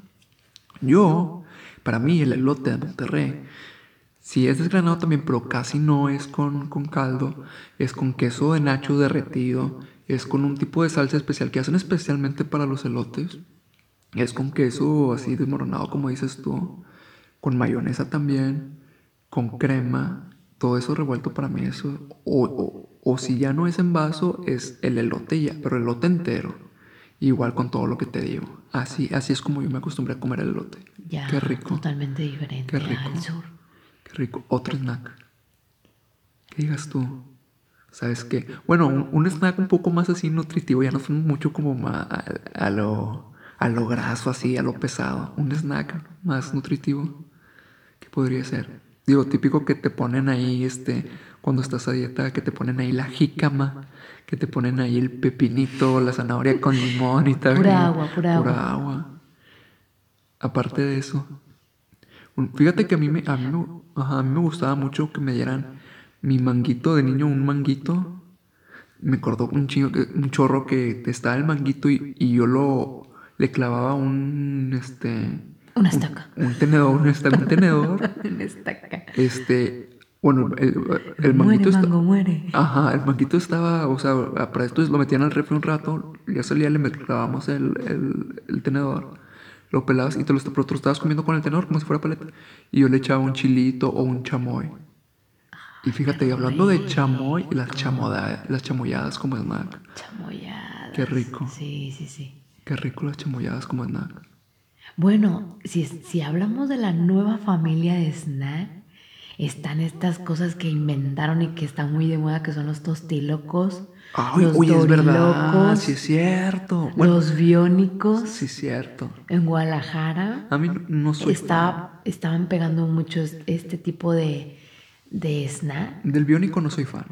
[SPEAKER 1] Yo, para mí, el elote de Monterrey, si es desgranado también, pero casi no es con, con caldo, es con queso de nacho derretido, es con un tipo de salsa especial que hacen especialmente para los elotes, es con queso así desmoronado, como dices tú, con mayonesa también, con crema, todo eso revuelto para mí, eso. O, o- o si ya no es en vaso, es el elote ya, pero el elote entero. Igual con todo lo que te digo. Así, así es como yo me acostumbré a comer el elote.
[SPEAKER 2] Ya,
[SPEAKER 1] Qué rico,
[SPEAKER 2] totalmente diferente
[SPEAKER 1] Qué rico.
[SPEAKER 2] al sur.
[SPEAKER 1] qué rico. Otro snack. ¿Qué digas tú? ¿Sabes qué? Bueno, un, un snack un poco más así nutritivo, ya no fue mucho como más a, a lo, a lo graso, así, a lo pesado. Un snack más nutritivo. ¿Qué podría ser? Digo, típico que te ponen ahí, este, cuando estás a dieta, que te ponen ahí la jícama, que te ponen ahí el pepinito, la zanahoria con limón y tal.
[SPEAKER 2] Pura agua, pura
[SPEAKER 1] Pura agua. Aparte de eso, un- fíjate que a mí me, a mí me, ajá, a mí me gustaba mucho que me dieran mi manguito de niño, un manguito. Me acordó un, chingo que- un chorro que estaba el manguito y, y yo lo le clavaba un este
[SPEAKER 2] Una estaca.
[SPEAKER 1] un tenedor, un, esta- un tenedor.
[SPEAKER 2] Una estaca.
[SPEAKER 1] Este, bueno, el, el
[SPEAKER 2] muere,
[SPEAKER 1] manguito está-
[SPEAKER 2] mango, muere.
[SPEAKER 1] Ajá, el manguito estaba, o sea, a- para esto lo metían al refri un rato, ya salía, le mezclábamos el, el, el tenedor, lo pelabas y te lo, est- pero te lo estabas comiendo con el tenedor como si fuera paleta. Y yo le echaba un chilito o un chamoy. Y fíjate, y hablando de chamoy y las, chamoda, las chamoyadas como snack,
[SPEAKER 2] Chamoyadas.
[SPEAKER 1] Qué rico.
[SPEAKER 2] Sí, sí, sí.
[SPEAKER 1] qué rico las chamoyadas como snack.
[SPEAKER 2] Bueno, si, si hablamos de la nueva familia de snack, están estas cosas que inventaron y que están muy de moda, que son los tostilocos,
[SPEAKER 1] Ay,
[SPEAKER 2] los
[SPEAKER 1] oye, es verdad,
[SPEAKER 2] dorilocos,
[SPEAKER 1] sí es cierto. Bueno,
[SPEAKER 2] los biónicos
[SPEAKER 1] sí es cierto.
[SPEAKER 2] en Guadalajara.
[SPEAKER 1] A mí no- no soy
[SPEAKER 2] Estaba, estaban pegando mucho es- este tipo de, de snack.
[SPEAKER 1] fan. Del biónico no soy fan.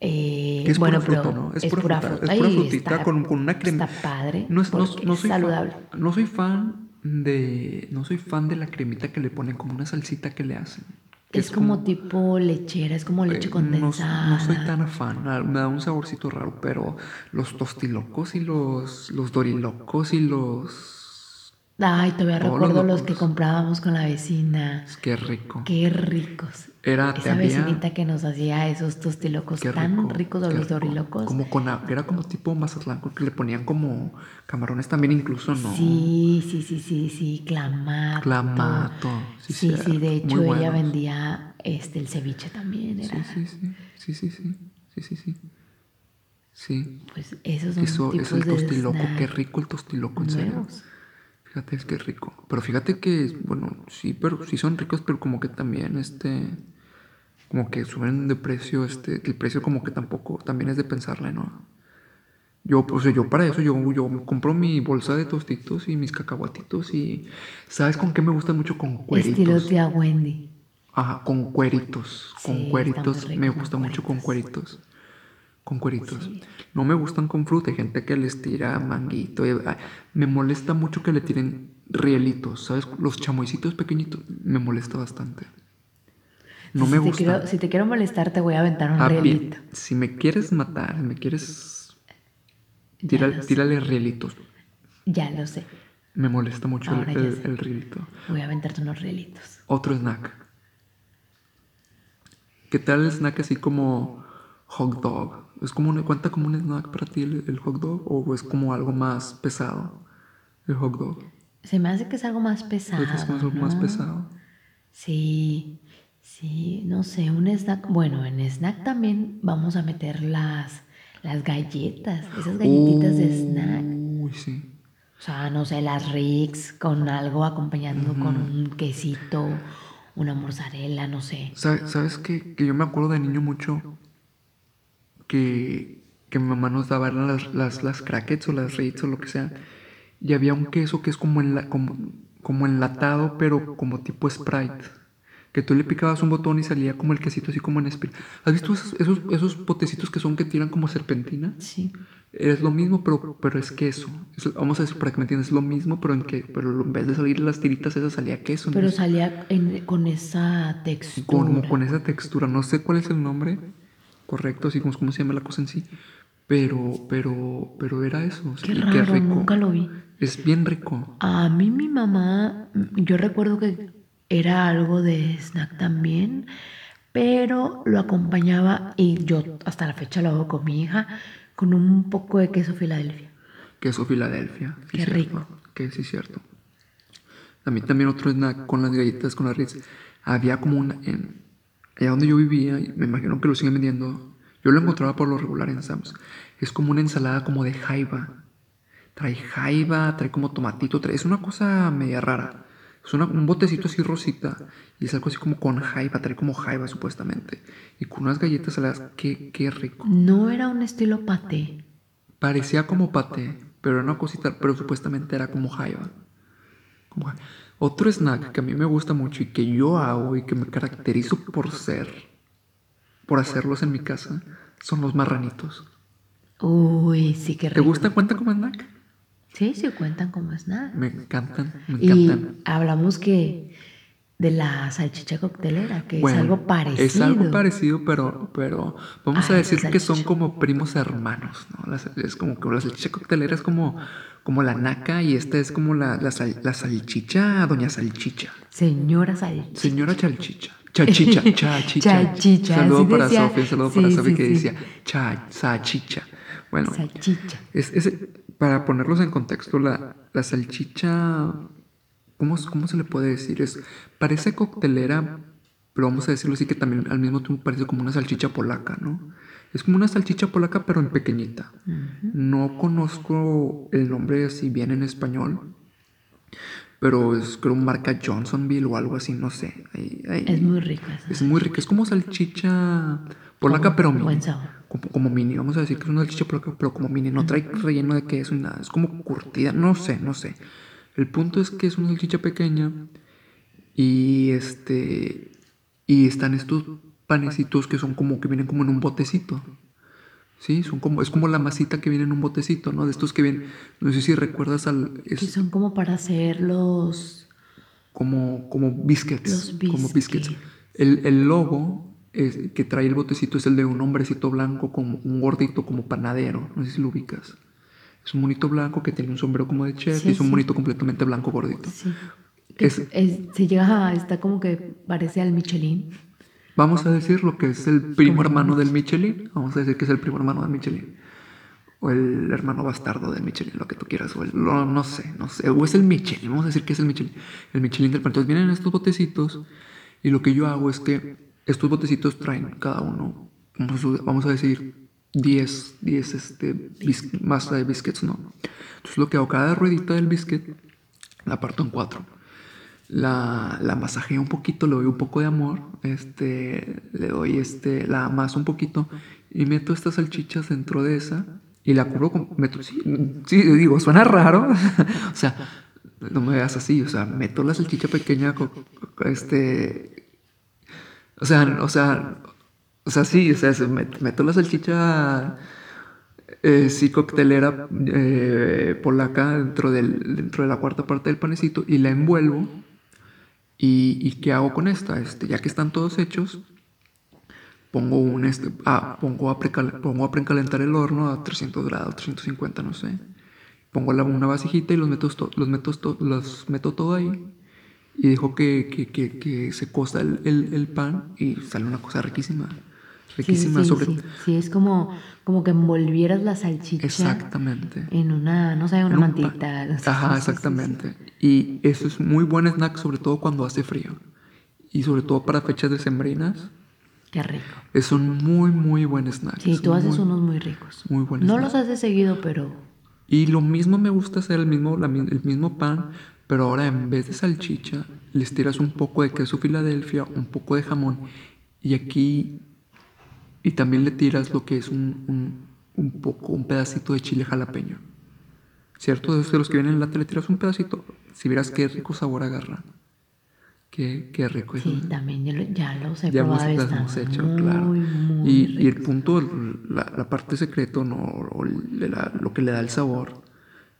[SPEAKER 2] Eh,
[SPEAKER 1] Que es
[SPEAKER 2] bueno,
[SPEAKER 1] pura fruta,
[SPEAKER 2] pero
[SPEAKER 1] ¿no?
[SPEAKER 2] es pura, fruta,
[SPEAKER 1] Es pura
[SPEAKER 2] y
[SPEAKER 1] frutita
[SPEAKER 2] está-
[SPEAKER 1] con, con una crema.
[SPEAKER 2] Está padre,
[SPEAKER 1] No, es- no-
[SPEAKER 2] porque
[SPEAKER 1] no
[SPEAKER 2] es
[SPEAKER 1] soy
[SPEAKER 2] saludable.
[SPEAKER 1] Fan, no soy fan de. No soy fan de la cremita que le ponen como una salsita que le hacen.
[SPEAKER 2] Es, como, tipo lechera, es como
[SPEAKER 1] Eh,
[SPEAKER 2] leche
[SPEAKER 1] no,
[SPEAKER 2] condensada.
[SPEAKER 1] no soy tan fan, ah, me da un saborcito raro, pero los tostilocos y los, los dorilocos y los...
[SPEAKER 2] Ay, todavía
[SPEAKER 1] Todos los
[SPEAKER 2] recuerdo los
[SPEAKER 1] locos.
[SPEAKER 2] que comprábamos con la vecina.
[SPEAKER 1] Es que rico.
[SPEAKER 2] Qué ricos.
[SPEAKER 1] Era, te
[SPEAKER 2] Esa
[SPEAKER 1] había-
[SPEAKER 2] vecinita que nos hacía esos tostilocos
[SPEAKER 1] Qué
[SPEAKER 2] tan
[SPEAKER 1] rico,
[SPEAKER 2] ricos o
[SPEAKER 1] qué
[SPEAKER 2] los
[SPEAKER 1] rico.
[SPEAKER 2] dorilocos.
[SPEAKER 1] Como con, a- era como tipo Mazatlán, que le ponían como camarones también incluso, ¿no?
[SPEAKER 2] Sí, sí, sí, sí, sí, clamato.
[SPEAKER 1] Clamato. Sí,
[SPEAKER 2] Sí, sí,
[SPEAKER 1] cierto,
[SPEAKER 2] de
[SPEAKER 1] muy
[SPEAKER 2] hecho ella
[SPEAKER 1] buenos.
[SPEAKER 2] vendía este el ceviche también,
[SPEAKER 1] Sí,
[SPEAKER 2] era.
[SPEAKER 1] sí, sí, sí, sí, sí, sí, sí, sí. Sí,
[SPEAKER 2] Pues esos son
[SPEAKER 1] eso
[SPEAKER 2] tipos
[SPEAKER 1] es el
[SPEAKER 2] de
[SPEAKER 1] tostiloco,
[SPEAKER 2] snack
[SPEAKER 1] qué rico el tostiloco, en serio.
[SPEAKER 2] nuevos.
[SPEAKER 1] Fíjate, es que rico. Pero fíjate que, bueno, sí, pero sí son ricos, pero como que también, este, como que suben de precio, este, el precio como que tampoco, también es de pensarle, ¿no? Yo, pues yo para eso, yo, yo compro mi bolsa de tostitos y mis cacahuatitos y, ¿sabes con qué me gusta mucho? Con
[SPEAKER 2] Estilo
[SPEAKER 1] cueritos.
[SPEAKER 2] tía Wendy.
[SPEAKER 1] Ajá, con cueritos,
[SPEAKER 2] Sí,
[SPEAKER 1] con
[SPEAKER 2] está
[SPEAKER 1] cueritos,
[SPEAKER 2] muy
[SPEAKER 1] me
[SPEAKER 2] rico
[SPEAKER 1] gusta
[SPEAKER 2] con
[SPEAKER 1] mucho con cueritos.
[SPEAKER 2] Pues
[SPEAKER 1] Con cueritos. No me gustan con fruta, hay gente que les tira manguito. y- ah, me molesta mucho que le tiren rielitos, ¿sabes? Los chamoisitos pequeñitos, me molesta bastante. No
[SPEAKER 2] si,
[SPEAKER 1] me
[SPEAKER 2] te
[SPEAKER 1] gusta.
[SPEAKER 2] quiero- si te quiero molestar, te voy a aventar un
[SPEAKER 1] Ah, bien,
[SPEAKER 2] rielito.
[SPEAKER 1] si me quieres matar, me quieres...
[SPEAKER 2] Ya
[SPEAKER 1] tira-
[SPEAKER 2] lo sé.
[SPEAKER 1] tírale rielitos.
[SPEAKER 2] Ya lo sé.
[SPEAKER 1] Me molesta mucho el,
[SPEAKER 2] Ahora ya
[SPEAKER 1] el-
[SPEAKER 2] sé.
[SPEAKER 1] el rielito.
[SPEAKER 2] Voy a aventarte unos rielitos.
[SPEAKER 1] Otro snack. ¿Qué tal el snack así como hot dog? ¿Es como una, cuenta como un snack para ti el, el hot dog o es como algo más pesado? El hot dog.
[SPEAKER 2] Se me hace que es algo más pesado.
[SPEAKER 1] ¿Crees que es algo más
[SPEAKER 2] ¿no?
[SPEAKER 1] pesado?
[SPEAKER 2] Sí, sí, no sé, un snack. Bueno, en snack también vamos a meter las, las galletas, esas galletitas de
[SPEAKER 1] Oh.
[SPEAKER 2] snack.
[SPEAKER 1] Uy, sí.
[SPEAKER 2] O sea, no sé, las Rix con algo acompañando con un quesito, una mozzarella, no sé.
[SPEAKER 1] ¿Sabes, sabes qué? que yo me acuerdo de niño mucho que, que mi mamá nos daba eran las, las, las crackets o las Ritz o lo que sea. Y había un queso que es como, enla- como, como enlatado, pero como tipo Sprite. Que tú le picabas un botón y salía como el quesito, así como en Sprite. ¿Has visto esos, esos, esos potecitos que son que tiran como serpentina?
[SPEAKER 2] Sí,
[SPEAKER 1] Es lo mismo, pero, pero es queso. Es- vamos a decir para que me entiendas, es lo mismo, pero en que pero en vez de salir las tiritas esas salía queso.
[SPEAKER 2] pero
[SPEAKER 1] entonces-
[SPEAKER 2] salía en- con esa textura.
[SPEAKER 1] como con esa textura. No sé cuál es el nombre correcto, así como cómo se llama la cosa en sí. Pero, pero, pero era eso. o sea,
[SPEAKER 2] Qué
[SPEAKER 1] y
[SPEAKER 2] raro, nunca lo vi.
[SPEAKER 1] Es bien rico.
[SPEAKER 2] A mí mi mamá, yo recuerdo que era algo de snack también, pero lo acompañaba y yo hasta la fecha lo hago con mi hija con un poco de queso Filadelfia.
[SPEAKER 1] Queso Filadelfia. sí,
[SPEAKER 2] Qué
[SPEAKER 1] cierto,
[SPEAKER 2] rico.
[SPEAKER 1] Que sí, cierto. A mí también otro snack con las galletas, con las Ritz. Había como una. En, allá donde yo vivía, y me imagino que lo siguen vendiendo. Yo lo encontraba por lo regular en Sam's. Es como una ensalada como de jaiba. Trae jaiba, trae como tomatito, trae, es una cosa media rara. Es una- un botecito así rosita y es algo así como con jaiba, trae como jaiba supuestamente. Y con unas galletas saladas, qué, qué rico.
[SPEAKER 2] No era un estilo paté.
[SPEAKER 1] Parecía como paté, pero era una cosita, pero supuestamente era como jaiba. Como jaiba. Otro snack que a mí me gusta mucho y que yo hago y que me caracterizo por ser, por hacerlos en mi casa, son los marranitos.
[SPEAKER 2] Uy, sí que
[SPEAKER 1] ¿Te
[SPEAKER 2] rico.
[SPEAKER 1] gusta? ¿Cuenta como snack?
[SPEAKER 2] Sí, sí cuentan como snack.
[SPEAKER 1] Me encantan, me
[SPEAKER 2] Y
[SPEAKER 1] encantan.
[SPEAKER 2] hablamos que de la salchicha coctelera, que
[SPEAKER 1] Bueno,
[SPEAKER 2] es algo parecido.
[SPEAKER 1] Es algo parecido, pero, pero vamos
[SPEAKER 2] Ay,
[SPEAKER 1] a
[SPEAKER 2] la
[SPEAKER 1] decir que son
[SPEAKER 2] salchicha.
[SPEAKER 1] como primos hermanos, ¿no? Las- es como que la salchicha coctelera es como, como la naca y esta es como la, la, sal- la salchicha, doña salchicha.
[SPEAKER 2] Señora salchicha.
[SPEAKER 1] Señora chalchicha. Chachicha, chachicha.
[SPEAKER 2] Chachicha,
[SPEAKER 1] Saludo
[SPEAKER 2] así
[SPEAKER 1] para
[SPEAKER 2] decía.
[SPEAKER 1] Sofía, saludo
[SPEAKER 2] Sí,
[SPEAKER 1] para Sofía
[SPEAKER 2] sí,
[SPEAKER 1] que
[SPEAKER 2] sí.
[SPEAKER 1] decía cha, sachicha. Bueno,
[SPEAKER 2] Salchicha.
[SPEAKER 1] es, es- para ponerlos en contexto, la, la salchicha, ¿cómo, es- ¿cómo se le puede decir? Es, parece coctelera, pero vamos a decirlo así que también al mismo tiempo parece como una salchicha polaca, ¿no? Es como una salchicha polaca, pero en pequeñita. No conozco el nombre así bien en español, pero es creo marca Johnsonville o algo así, no sé. Ahí- ahí-
[SPEAKER 2] Es muy rica. esa.
[SPEAKER 1] es muy rica, es como salchicha polaca,
[SPEAKER 2] Con
[SPEAKER 1] pero mini.
[SPEAKER 2] buen sabor.
[SPEAKER 1] Como, como mini, vamos a decir que es una salchicha polaca, pero como mini, no trae relleno de queso ni nada, es como curtida, no sé, no sé. El punto es que es una salchicha pequeña y este. Y están estos panecitos que son como que vienen como en un botecito. Sí, son como, es como la masita que viene en un botecito, ¿no? De estos que vienen, no sé si recuerdas al, es-
[SPEAKER 2] Que son como para hacer los...
[SPEAKER 1] como, como biscuits.
[SPEAKER 2] Los
[SPEAKER 1] Como biscuits.
[SPEAKER 2] biscuits.
[SPEAKER 1] El, el logo es- que trae el botecito es el de un hombrecito blanco, como un gordito como panadero. No sé si lo ubicas. Es un monito blanco que tiene un sombrero como de chef
[SPEAKER 2] Sí,
[SPEAKER 1] y es un
[SPEAKER 2] sí.
[SPEAKER 1] monito completamente blanco gordito.
[SPEAKER 2] Sí.
[SPEAKER 1] Es-
[SPEAKER 2] si llega a, está como que parece al Michelin.
[SPEAKER 1] Vamos a decir lo que es el primo hermano del Michelin. Vamos a decir que es el primo hermano del Michelin. O el hermano bastardo del Michelin, lo que tú quieras. O el- no, no sé, no sé. O es el Michelin. Vamos a decir que es el Michelin. El Michelin del pan. Entonces vienen estos botecitos. Y lo que yo hago es que estos botecitos traen cada uno, vamos a- vamos a decir, 10, 10 este, bis- masa de biscuits, ¿no? Entonces lo que hago, cada ruedita del biscuit la parto en cuatro la, la masajeo un poquito, le doy un poco de amor, este, le doy este, la amaso un poquito y meto estas salchichas dentro de esa y la cubro con, meto, sí, sí, digo, suena raro, o sea, no me veas así, o sea, meto la salchicha pequeña, co- co- este, o sea, o sea, o sea, sí, o sea, se met- meto la salchicha eh, sí, coctelera eh, polaca dentro, del, dentro de la cuarta parte del panecito y la envuelvo. ¿Y, y qué hago con esta? Este, ya que están todos hechos, pongo, un este, ah, pongo, a precal- pongo a precalentar el horno a 300 grados, 350, no sé. Pongo la- una vasijita y los meto, to- los, meto to- los meto todo ahí. Y dejo que, que, que- que se cosa el, el- el pan y sale una cosa riquísima.
[SPEAKER 2] Sí, sí,
[SPEAKER 1] Riquísima,
[SPEAKER 2] sí,
[SPEAKER 1] sobre
[SPEAKER 2] sí. Sí, es como, como que envolvieras la salchicha
[SPEAKER 1] Exactamente.
[SPEAKER 2] en una, no sé, una
[SPEAKER 1] En un pa-
[SPEAKER 2] mantita. algo así. Sí, sí,
[SPEAKER 1] Ajá,
[SPEAKER 2] sí,
[SPEAKER 1] exactamente. Y eso es muy buen snack, sobre todo cuando hace frío. Y sobre todo para fechas decembrinas,
[SPEAKER 2] sí. Qué rico.
[SPEAKER 1] es un muy, muy buen snack.
[SPEAKER 2] Sí,
[SPEAKER 1] Es
[SPEAKER 2] tú
[SPEAKER 1] un
[SPEAKER 2] haces
[SPEAKER 1] muy-
[SPEAKER 2] unos muy ricos.
[SPEAKER 1] muy buen
[SPEAKER 2] No
[SPEAKER 1] snack.
[SPEAKER 2] los haces seguido, pero
[SPEAKER 1] Y lo mismo me gusta hacer, el mismo, la mi- el mismo pan, pero ahora en vez de salchicha, les tiras un poco de queso Filadelfia, un poco de jamón. Y aquí, y también le tiras lo que es un, un- un poco, un pedacito de chile jalapeño. ¿Cierto? De esos de los que vienen en lata le tiras un pedacito. Si vieras qué rico sabor agarra. Qué, qué rico. es
[SPEAKER 2] sí, también ya, lo- ya los he
[SPEAKER 1] ya hemos,
[SPEAKER 2] probado.
[SPEAKER 1] las
[SPEAKER 2] están
[SPEAKER 1] hemos hecho,
[SPEAKER 2] muy,
[SPEAKER 1] claro.
[SPEAKER 2] muy
[SPEAKER 1] y, y el
[SPEAKER 2] ricos.
[SPEAKER 1] punto, la, la parte secreto, no, o le da- lo que le da el sabor,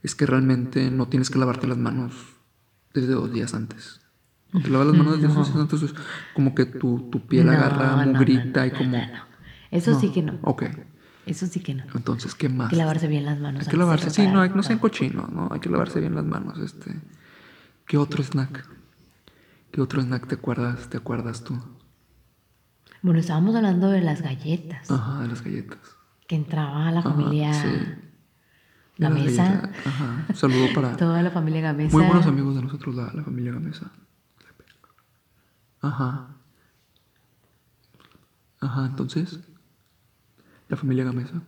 [SPEAKER 1] es que realmente no tienes que lavarte las manos desde dos días antes. No te lavas las manos desde dos días antes, es como que tu, tu piel
[SPEAKER 2] No, no,
[SPEAKER 1] agarra
[SPEAKER 2] no,
[SPEAKER 1] mugrita
[SPEAKER 2] no,
[SPEAKER 1] y
[SPEAKER 2] no,
[SPEAKER 1] como...
[SPEAKER 2] no, no. Eso sí que no.
[SPEAKER 1] Ok,
[SPEAKER 2] Eso sí que no. Hay
[SPEAKER 1] entonces, ¿qué más?
[SPEAKER 2] que lavarse bien las manos.
[SPEAKER 1] Hay que
[SPEAKER 2] antes de
[SPEAKER 1] lavarse, sí, no,
[SPEAKER 2] preparar
[SPEAKER 1] hay, no sean
[SPEAKER 2] todo.
[SPEAKER 1] cochinos, ¿no? Hay que lavarse bien las manos, este. ¿Qué otro snack? ¿Qué otro snack te acuerdas, te acuerdas tú?
[SPEAKER 2] Bueno, estábamos hablando de las galletas.
[SPEAKER 1] Ajá, de las galletas.
[SPEAKER 2] Que entraba la
[SPEAKER 1] Ajá,
[SPEAKER 2] familia
[SPEAKER 1] sí.
[SPEAKER 2] La
[SPEAKER 1] Las
[SPEAKER 2] Mesa.
[SPEAKER 1] galletas, Ajá. Un saludo para
[SPEAKER 2] Toda la familia Gamesa.
[SPEAKER 1] muy buenos amigos de nosotros, la, la familia Gamesa. Ajá. Ajá, entonces. La familia Gamesa.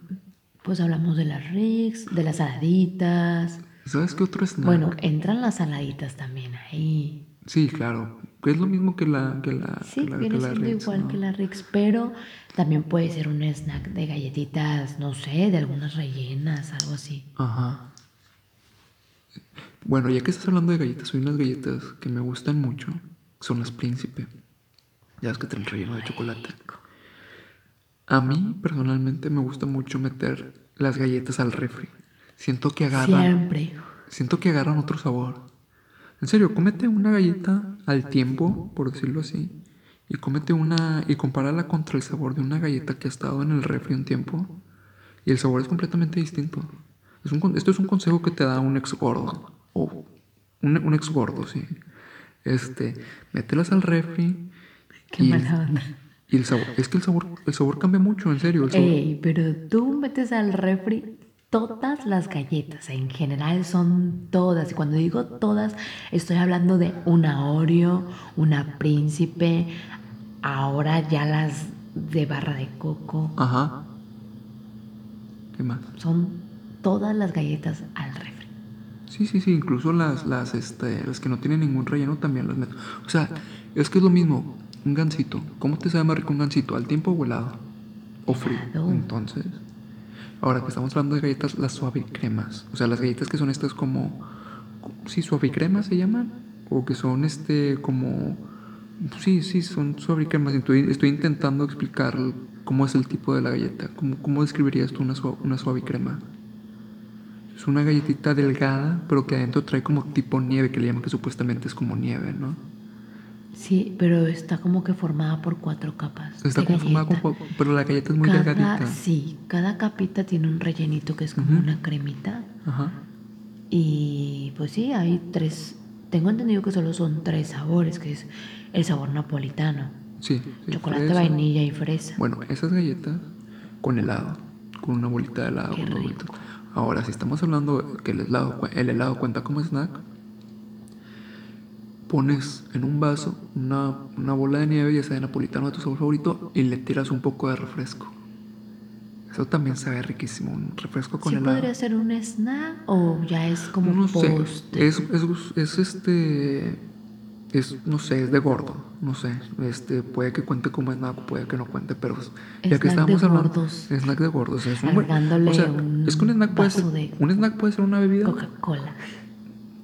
[SPEAKER 2] Pues hablamos de las Rix, de las saladitas.
[SPEAKER 1] ¿Sabes qué otro snack?
[SPEAKER 2] Bueno, entran las saladitas también ahí.
[SPEAKER 1] Sí, claro. Que es lo mismo que la. Que la
[SPEAKER 2] Sí,
[SPEAKER 1] Ah, que la, que
[SPEAKER 2] viene
[SPEAKER 1] la
[SPEAKER 2] siendo
[SPEAKER 1] Ritz,
[SPEAKER 2] igual
[SPEAKER 1] ¿no?
[SPEAKER 2] que las Rix, pero también puede ser un snack de galletitas, no sé, de algunas rellenas, algo así.
[SPEAKER 1] Ajá. Bueno, ya que estás hablando de galletas, hay unas galletas que me gustan mucho. Son las príncipe. Ya ves que traen relleno de chocolate. A mí, personalmente, me gusta mucho meter las galletas al refri. Siento que agarran.
[SPEAKER 2] Siempre.
[SPEAKER 1] Siento que agarran otro sabor. En serio, cómete una galleta al tiempo, por decirlo así, y cómete una y compárala contra el sabor de una galleta que ha estado en el refri un tiempo y el sabor es completamente distinto. Es un con- esto es un consejo que te da un ex gordo o un, un ex gordo, sí. Este, mételas al refri
[SPEAKER 2] Qué
[SPEAKER 1] y,
[SPEAKER 2] mala onda.
[SPEAKER 1] y el sabor, es que el sabor el sabor cambia mucho, en serio, el sabor-
[SPEAKER 2] Ey, pero tú metes al refri todas las galletas, en general son todas. Y cuando digo todas, estoy hablando de una Oreo, una Príncipe, ahora ya las de barra de coco.
[SPEAKER 1] Ajá. ¿Qué más?
[SPEAKER 2] Son todas las galletas al refri.
[SPEAKER 1] Sí, sí, sí, incluso las, las, este, las que no tienen ningún relleno también las meto. O sea, es que es lo mismo, un gansito. ¿Cómo te sabe más rico un gansito? ¿Al tiempo o helado? O frío.
[SPEAKER 2] Helado.
[SPEAKER 1] Entonces, ahora que estamos hablando de galletas, las suave cremas. O sea, las galletas que son estas como. Sí, suave cremas se llaman. O que son este como. Sí, sí, son suave cremas. Estoy, estoy intentando explicar cómo es el tipo de la galleta. ¿Cómo, cómo describirías tú una, sua- una suave crema? Es una galletita delgada, pero que adentro trae como tipo nieve, que le llaman que supuestamente es como nieve, ¿no?
[SPEAKER 2] Sí, pero está como que formada por cuatro capas.
[SPEAKER 1] Está
[SPEAKER 2] de
[SPEAKER 1] como formada
[SPEAKER 2] galleta.
[SPEAKER 1] con cua- pero la galleta es muy
[SPEAKER 2] cada,
[SPEAKER 1] delgadita.
[SPEAKER 2] Sí, cada capita tiene un rellenito que es como
[SPEAKER 1] Ujú.
[SPEAKER 2] una cremita.
[SPEAKER 1] Ajá.
[SPEAKER 2] Y pues sí, hay tres. Tengo entendido que solo son tres sabores, que es el sabor napolitano,
[SPEAKER 1] Sí. sí,
[SPEAKER 2] chocolate,
[SPEAKER 1] fresa.
[SPEAKER 2] vainilla y fresa.
[SPEAKER 1] Bueno, esas galletas con helado, con una bolita de helado,
[SPEAKER 2] Qué
[SPEAKER 1] con dos
[SPEAKER 2] rico.
[SPEAKER 1] bolitas. Ahora, si estamos hablando que el helado, cu- el helado cuenta como snack, pones en un vaso una, una bola de nieve, ya sea de napolitano de tu sabor favorito, y le tiras un poco de refresco. Eso también sabe riquísimo, un refresco con
[SPEAKER 2] ¿Sí
[SPEAKER 1] helado.
[SPEAKER 2] podría ser un snack o ya es como
[SPEAKER 1] No sé,
[SPEAKER 2] postre?
[SPEAKER 1] es, es, es este, es, no sé, es de gordo, no sé, este, puede que cuente como snack, puede que no cuente, pero es- ya
[SPEAKER 2] Snack
[SPEAKER 1] que
[SPEAKER 2] de
[SPEAKER 1] estábamos hablando,
[SPEAKER 2] gordos.
[SPEAKER 1] snack de gordos, es un, buen-
[SPEAKER 2] Agregándole
[SPEAKER 1] o sea,
[SPEAKER 2] un
[SPEAKER 1] es que un snack puede ser,
[SPEAKER 2] vaso de
[SPEAKER 1] un snack puede ser una bebida,
[SPEAKER 2] Coca-Cola.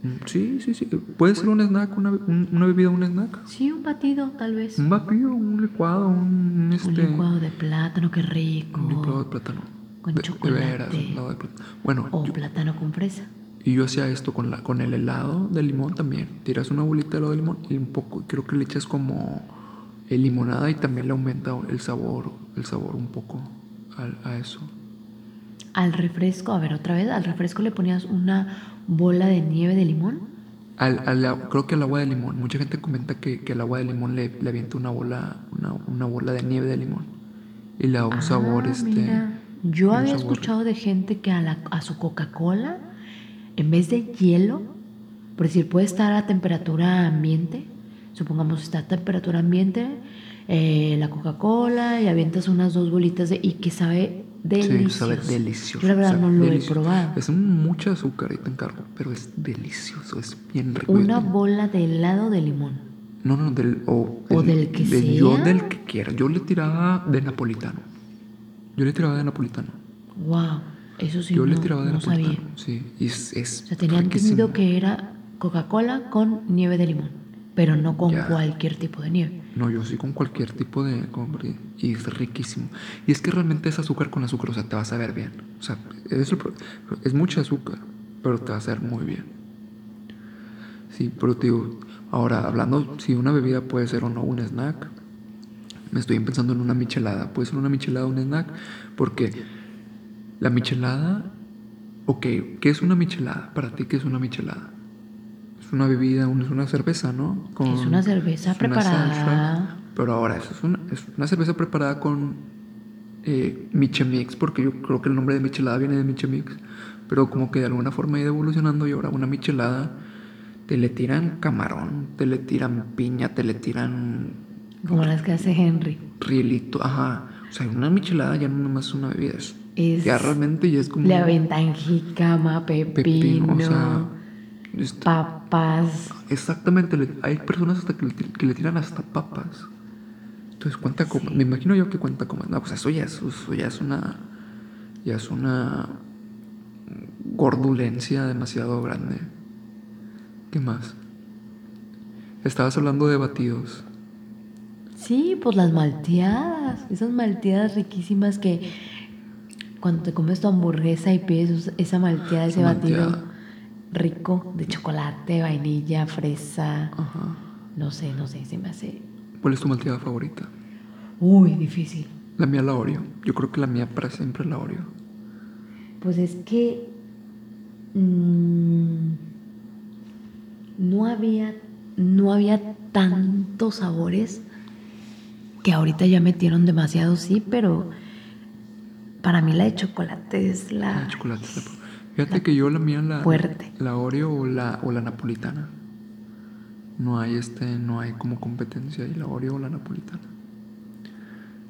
[SPEAKER 1] mm, sí, sí, sí, puede ser un snack, una, un- una bebida, un snack,
[SPEAKER 2] Sí, un batido tal vez.
[SPEAKER 1] un batido, un licuado, un, este,
[SPEAKER 2] Un licuado de plátano, qué rico.
[SPEAKER 1] un licuado de plátano,
[SPEAKER 2] Con
[SPEAKER 1] de, de
[SPEAKER 2] chocolate.
[SPEAKER 1] veras, un helado de plátano. bueno,
[SPEAKER 2] O
[SPEAKER 1] yo-
[SPEAKER 2] plátano con fresa.
[SPEAKER 1] Y yo hacía esto con, la, con el helado de limón también. Tiras una bolita de helado de limón y un poco, creo que le echas como eh, limonada y también le aumenta el sabor, el sabor un poco al- a, eso.
[SPEAKER 2] Al refresco, a ver otra vez, al refresco le ponías una bola de nieve de limón.
[SPEAKER 1] Al, al a- creo que al agua de limón. Mucha gente comenta que, que el agua de limón le, le avienta una bola, una, una bola de nieve de limón. Y le da un sabor
[SPEAKER 2] Ah,
[SPEAKER 1] este.
[SPEAKER 2] mira. Yo
[SPEAKER 1] un
[SPEAKER 2] había
[SPEAKER 1] sabor-
[SPEAKER 2] escuchado de gente que a, la- a su Coca-Cola, en vez de hielo, por decir, puede estar a temperatura ambiente, supongamos está a temperatura ambiente, eh, la Coca-Cola y avientas unas dos bolitas de, y que sabe
[SPEAKER 1] Sí,
[SPEAKER 2] delicioso.
[SPEAKER 1] sabe delicioso.
[SPEAKER 2] Yo la verdad
[SPEAKER 1] sabe
[SPEAKER 2] no lo
[SPEAKER 1] delicioso.
[SPEAKER 2] he probado.
[SPEAKER 1] Es mucha azúcar y te encargo, pero es delicioso, es bien rico.
[SPEAKER 2] Una
[SPEAKER 1] Y-
[SPEAKER 2] bola de helado de limón.
[SPEAKER 1] No, no, del. O,
[SPEAKER 2] O del que
[SPEAKER 1] de- Yo
[SPEAKER 2] sea.
[SPEAKER 1] del que quiera. Yo le tiraba de napolitano. Yo le tiraba de napolitano.
[SPEAKER 2] Wow, eso sí
[SPEAKER 1] yo
[SPEAKER 2] no,
[SPEAKER 1] le tiraba de
[SPEAKER 2] no
[SPEAKER 1] napolitano.
[SPEAKER 2] sabía.
[SPEAKER 1] Sí, y es. es
[SPEAKER 2] O sea, tenía
[SPEAKER 1] riquísimo.
[SPEAKER 2] entendido que era Coca-Cola con nieve de limón, pero no con
[SPEAKER 1] Ya.
[SPEAKER 2] cualquier tipo de nieve.
[SPEAKER 1] No, yo sí con cualquier tipo de. con- y es riquísimo. Y es que realmente es azúcar con azúcar, o sea, te vas a ver bien. O sea, es, el pro- es mucha azúcar, pero te va a hacer muy bien. Sí, pero te digo, ahora hablando, si una bebida puede ser o no un snack, me estoy pensando en una michelada. Puede ser una michelada o un snack, porque la michelada. Ok, ¿qué es una michelada? Para ti, ¿qué es una michelada? Es una bebida, un- es una cerveza, ¿no? Con-
[SPEAKER 2] Es una cerveza
[SPEAKER 1] es una salsa.
[SPEAKER 2] preparada.
[SPEAKER 1] pero ahora, eso es una, es una cerveza preparada con eh, Michemix, porque yo creo que el nombre de michelada viene de Michemix. Pero como que de alguna forma ha ido evolucionando y ahora una michelada te le tiran camarón, te le tiran piña, te le tiran
[SPEAKER 2] Como las que hace Henry.
[SPEAKER 1] rielito, ajá. O sea, una michelada ya no es una bebida. es-
[SPEAKER 2] Es-
[SPEAKER 1] ya realmente ya es como
[SPEAKER 2] Le
[SPEAKER 1] un
[SPEAKER 2] aventan jícama, pepino,
[SPEAKER 1] pepino, o sea, este-
[SPEAKER 2] papas.
[SPEAKER 1] exactamente, le- hay personas hasta que le, ti- que le tiran hasta papas. Entonces cuenta como, me imagino yo que cuenta como, no, pues eso ya es, eso ya es una, ya es una gordulencia demasiado grande. ¿Qué más? Estabas hablando de batidos.
[SPEAKER 2] Sí, pues las malteadas. Esas malteadas riquísimas que cuando te comes tu hamburguesa y pides us- esa malteada, ese
[SPEAKER 1] Esa
[SPEAKER 2] batido
[SPEAKER 1] malteada.
[SPEAKER 2] rico de chocolate, vainilla, fresa.
[SPEAKER 1] Ajá.
[SPEAKER 2] No sé, no sé, se me hace.
[SPEAKER 1] ¿Cuál es tu malteada favorita?
[SPEAKER 2] Uy, difícil.
[SPEAKER 1] La mía la Oreo. Yo creo que la mía para siempre la Oreo.
[SPEAKER 2] Pues es que mm, no había no había tantos sabores que ahorita ya metieron demasiado, sí, pero para mí la de chocolate es
[SPEAKER 1] La
[SPEAKER 2] la
[SPEAKER 1] de chocolate. es la pro- Fíjate que yo la mía la
[SPEAKER 2] Fuerte.
[SPEAKER 1] la Oreo o la o la napolitana. No hay este, no hay como competencia ahí la Oreo o la napolitana.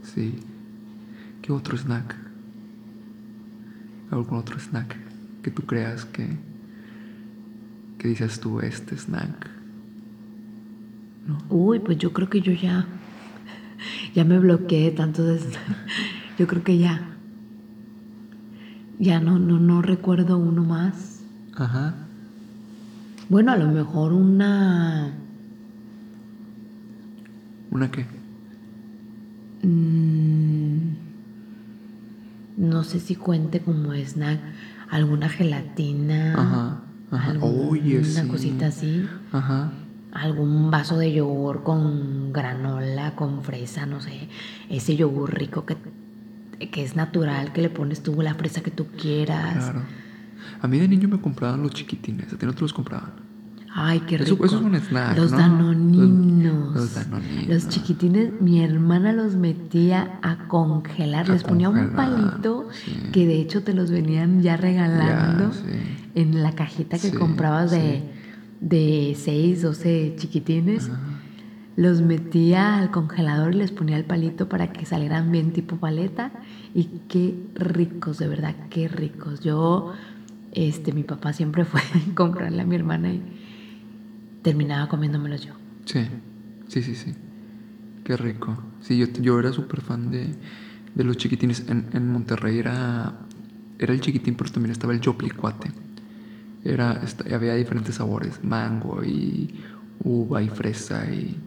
[SPEAKER 1] Sí. ¿Qué otro snack? ¿Algún otro snack que tú creas que que dices tú este snack?
[SPEAKER 2] Uy, pues yo creo que yo ya ya me bloqueé de tanto de Yo creo que ya ya no no no recuerdo uno más.
[SPEAKER 1] Ajá.
[SPEAKER 2] Bueno, a lo mejor una
[SPEAKER 1] ¿Una qué?
[SPEAKER 2] Mm, no sé si cuente como snack alguna gelatina.
[SPEAKER 1] Ajá. Ajá.
[SPEAKER 2] alguna
[SPEAKER 1] Oye, sí.
[SPEAKER 2] cosita así.
[SPEAKER 1] Ajá.
[SPEAKER 2] algún vaso de yogur con granola, con fresa, no sé, ese yogur rico que, que es natural, que le pones tú la fresa que tú quieras.
[SPEAKER 1] Claro. A mí de niño me compraban los chiquitines, a ti no te los compraban.
[SPEAKER 2] Ay, qué
[SPEAKER 1] Eso-
[SPEAKER 2] rico.
[SPEAKER 1] eso es un snack,
[SPEAKER 2] Los
[SPEAKER 1] ¿no? Los-
[SPEAKER 2] danoninos.
[SPEAKER 1] los danoninos.
[SPEAKER 2] Los chiquitines, mi hermana los metía a congelar.
[SPEAKER 1] A
[SPEAKER 2] Les ponía un
[SPEAKER 1] congelar,
[SPEAKER 2] palito
[SPEAKER 1] sí.
[SPEAKER 2] que de hecho te los venían ya regalando
[SPEAKER 1] Ya, sí.
[SPEAKER 2] en la cajita que
[SPEAKER 1] Sí,
[SPEAKER 2] comprabas de, de 6, 12 chiquitines. Los metía al congelador y les ponía el palito para que salieran bien tipo paleta. Y qué ricos, de verdad, qué ricos. Yo, este, mi papá siempre fue a comprarle a mi hermana y terminaba comiéndomelos yo.
[SPEAKER 1] Sí, sí, sí, sí. Qué rico. Sí, yo, yo era súper fan de, de los chiquitines. En, en Monterrey era, era el chiquitín, pero también estaba el yoplicuate. Era, esta- había diferentes sabores, mango y uva y fresa y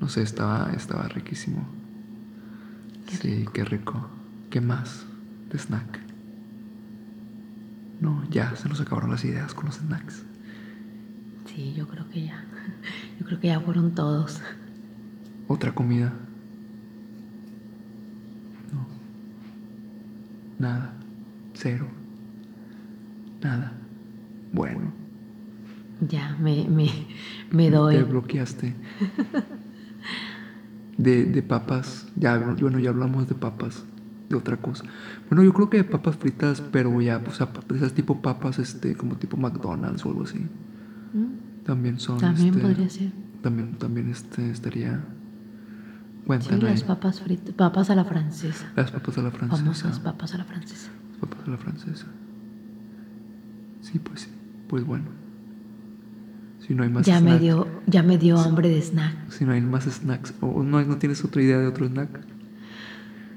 [SPEAKER 1] no sé, estaba, estaba riquísimo. sí, qué rico. ¿Qué más de snack? No, ya se nos acabaron las ideas con los snacks.
[SPEAKER 2] Sí, yo creo que ya. Yo creo que ya fueron todos.
[SPEAKER 1] Otra comida. No. Nada. Cero. Nada. Bueno.
[SPEAKER 2] Ya, me, me, me doy.
[SPEAKER 1] Te bloqueaste. De, de papas. Ya, bueno, ya hablamos de papas. De otra cosa. Bueno, yo creo que de papas fritas, pero ya, o sea, pap- esas tipo papas, este, como tipo McDonald's o algo así.
[SPEAKER 2] ¿Mm?
[SPEAKER 1] También son.
[SPEAKER 2] También
[SPEAKER 1] este,
[SPEAKER 2] podría ser.
[SPEAKER 1] También, también este, estaría.
[SPEAKER 2] Sí,
[SPEAKER 1] Cuéntame.
[SPEAKER 2] las papas fritas, papas a la francesa.
[SPEAKER 1] Las papas a la francesa.
[SPEAKER 2] Famosas papas a la francesa.
[SPEAKER 1] Papas a la francesa. Sí, pues sí. Pues bueno. Si no hay más
[SPEAKER 2] Ya me
[SPEAKER 1] snack-
[SPEAKER 2] dio, ya me dio hambre de snack.
[SPEAKER 1] Si no hay más snacks. ¿O o no, no tienes otra idea de otro snack?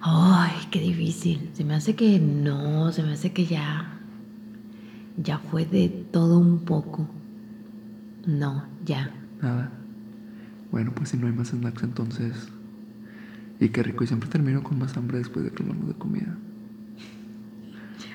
[SPEAKER 2] Ay, qué difícil. Se me hace que no, se me hace que ya. Ya fue de todo un poco. No, ya.
[SPEAKER 1] Nada. Bueno, pues si no hay más snacks entonces. Y qué rico. Y siempre termino con más hambre después de probarlo de comida.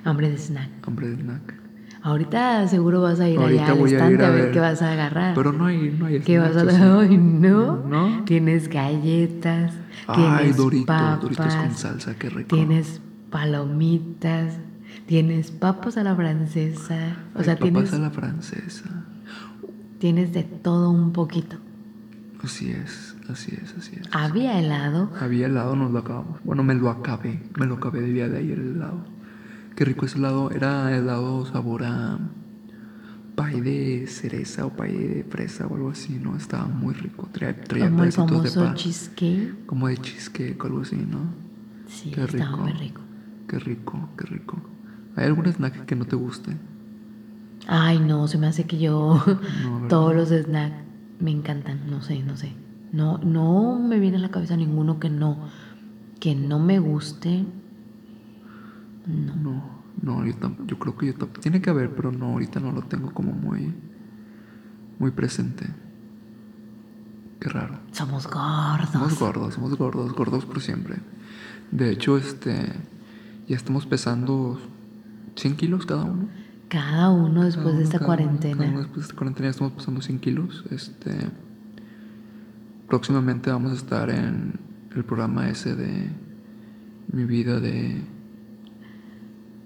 [SPEAKER 2] Hambre de snack.
[SPEAKER 1] Hambre de snack.
[SPEAKER 2] Ahorita seguro vas a ir allá al
[SPEAKER 1] voy a
[SPEAKER 2] estante
[SPEAKER 1] ir
[SPEAKER 2] a ver qué vas a agarrar.
[SPEAKER 1] Pero no hay, no hay
[SPEAKER 2] ¿Qué vas a
[SPEAKER 1] snacks,
[SPEAKER 2] agarrar?
[SPEAKER 1] o sea.
[SPEAKER 2] Ay, no.
[SPEAKER 1] No.
[SPEAKER 2] Tienes galletas.
[SPEAKER 1] Ay,
[SPEAKER 2] tienes
[SPEAKER 1] Doritos,
[SPEAKER 2] papas,
[SPEAKER 1] Doritos con salsa, qué rico.
[SPEAKER 2] Tienes palomitas. Tienes papas a la francesa. O
[SPEAKER 1] Ay,
[SPEAKER 2] sea,
[SPEAKER 1] papas
[SPEAKER 2] tienes,
[SPEAKER 1] a la francesa.
[SPEAKER 2] tienes de todo un poquito.
[SPEAKER 1] Así es, así es, así es.
[SPEAKER 2] Había helado.
[SPEAKER 1] Había helado, nos lo acabamos. Bueno, me lo acabé. Me lo acabé de día de ayer el helado. Qué rico ese helado. Era helado sabor a pay de cereza o pay de fresa o algo así, ¿no? Estaba muy rico. Traía, traía
[SPEAKER 2] Como el
[SPEAKER 1] pedacitos de
[SPEAKER 2] famoso
[SPEAKER 1] pan.
[SPEAKER 2] cheesecake.
[SPEAKER 1] Como de cheesecake o algo así, ¿no?
[SPEAKER 2] Sí,
[SPEAKER 1] Qué
[SPEAKER 2] estaba
[SPEAKER 1] rico.
[SPEAKER 2] muy rico.
[SPEAKER 1] Qué rico, qué rico. ¿Hay algún snack que no te guste?
[SPEAKER 2] Ay, no, se me hace que yo
[SPEAKER 1] ¿verdad?
[SPEAKER 2] todos los snacks me encantan, no sé, no sé. No no me viene a la cabeza ninguno que no que no me guste.
[SPEAKER 1] No, no, yo, tam- yo creo que yo tam- Tiene que haber, pero no, ahorita no lo tengo como muy, muy presente. Qué raro.
[SPEAKER 2] Somos gordos.
[SPEAKER 1] Somos gordos, somos gordos, gordos por siempre. De hecho, este, ya estamos pesando 100 kilos cada uno.
[SPEAKER 2] Cada uno
[SPEAKER 1] Cada
[SPEAKER 2] después
[SPEAKER 1] uno,
[SPEAKER 2] de esta
[SPEAKER 1] cada uno, cada
[SPEAKER 2] cuarentena.
[SPEAKER 1] uno Ah, después de esta cuarentena ya estamos pesando 100 kilos. Este, próximamente vamos a estar en el programa ese de mi vida de...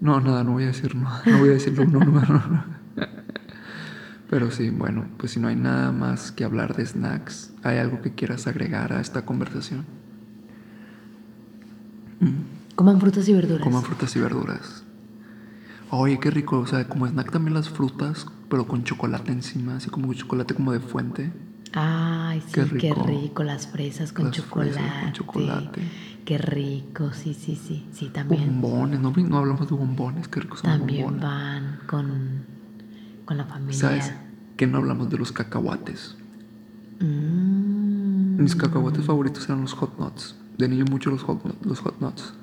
[SPEAKER 1] No, nada, no voy a decir nada, no voy a decirlo, no, no, no, no. Pero sí, bueno, pues si no hay nada más que hablar de snacks, ¿hay algo que quieras agregar a esta conversación?
[SPEAKER 2] Coman frutas y verduras.
[SPEAKER 1] Coman frutas y verduras. Oye, qué rico. O sea, como snack también las frutas, pero con chocolate encima, así como chocolate como de fuente.
[SPEAKER 2] Ay, sí,
[SPEAKER 1] Qué
[SPEAKER 2] qué
[SPEAKER 1] rico.
[SPEAKER 2] rico. Las fresas con
[SPEAKER 1] Las
[SPEAKER 2] chocolate.
[SPEAKER 1] fresas con chocolate.
[SPEAKER 2] Qué rico, sí, sí, sí. Sí, también.
[SPEAKER 1] Bombones, no, no hablamos de bombones, qué ricos son los
[SPEAKER 2] También
[SPEAKER 1] bombones.
[SPEAKER 2] van con, con la familia.
[SPEAKER 1] ¿Sabes? Que no hablamos de los cacahuates.
[SPEAKER 2] Mm,
[SPEAKER 1] Mis cacahuates favoritos eran los hot nuts. De niño mucho los hot, nu- los hot nuts.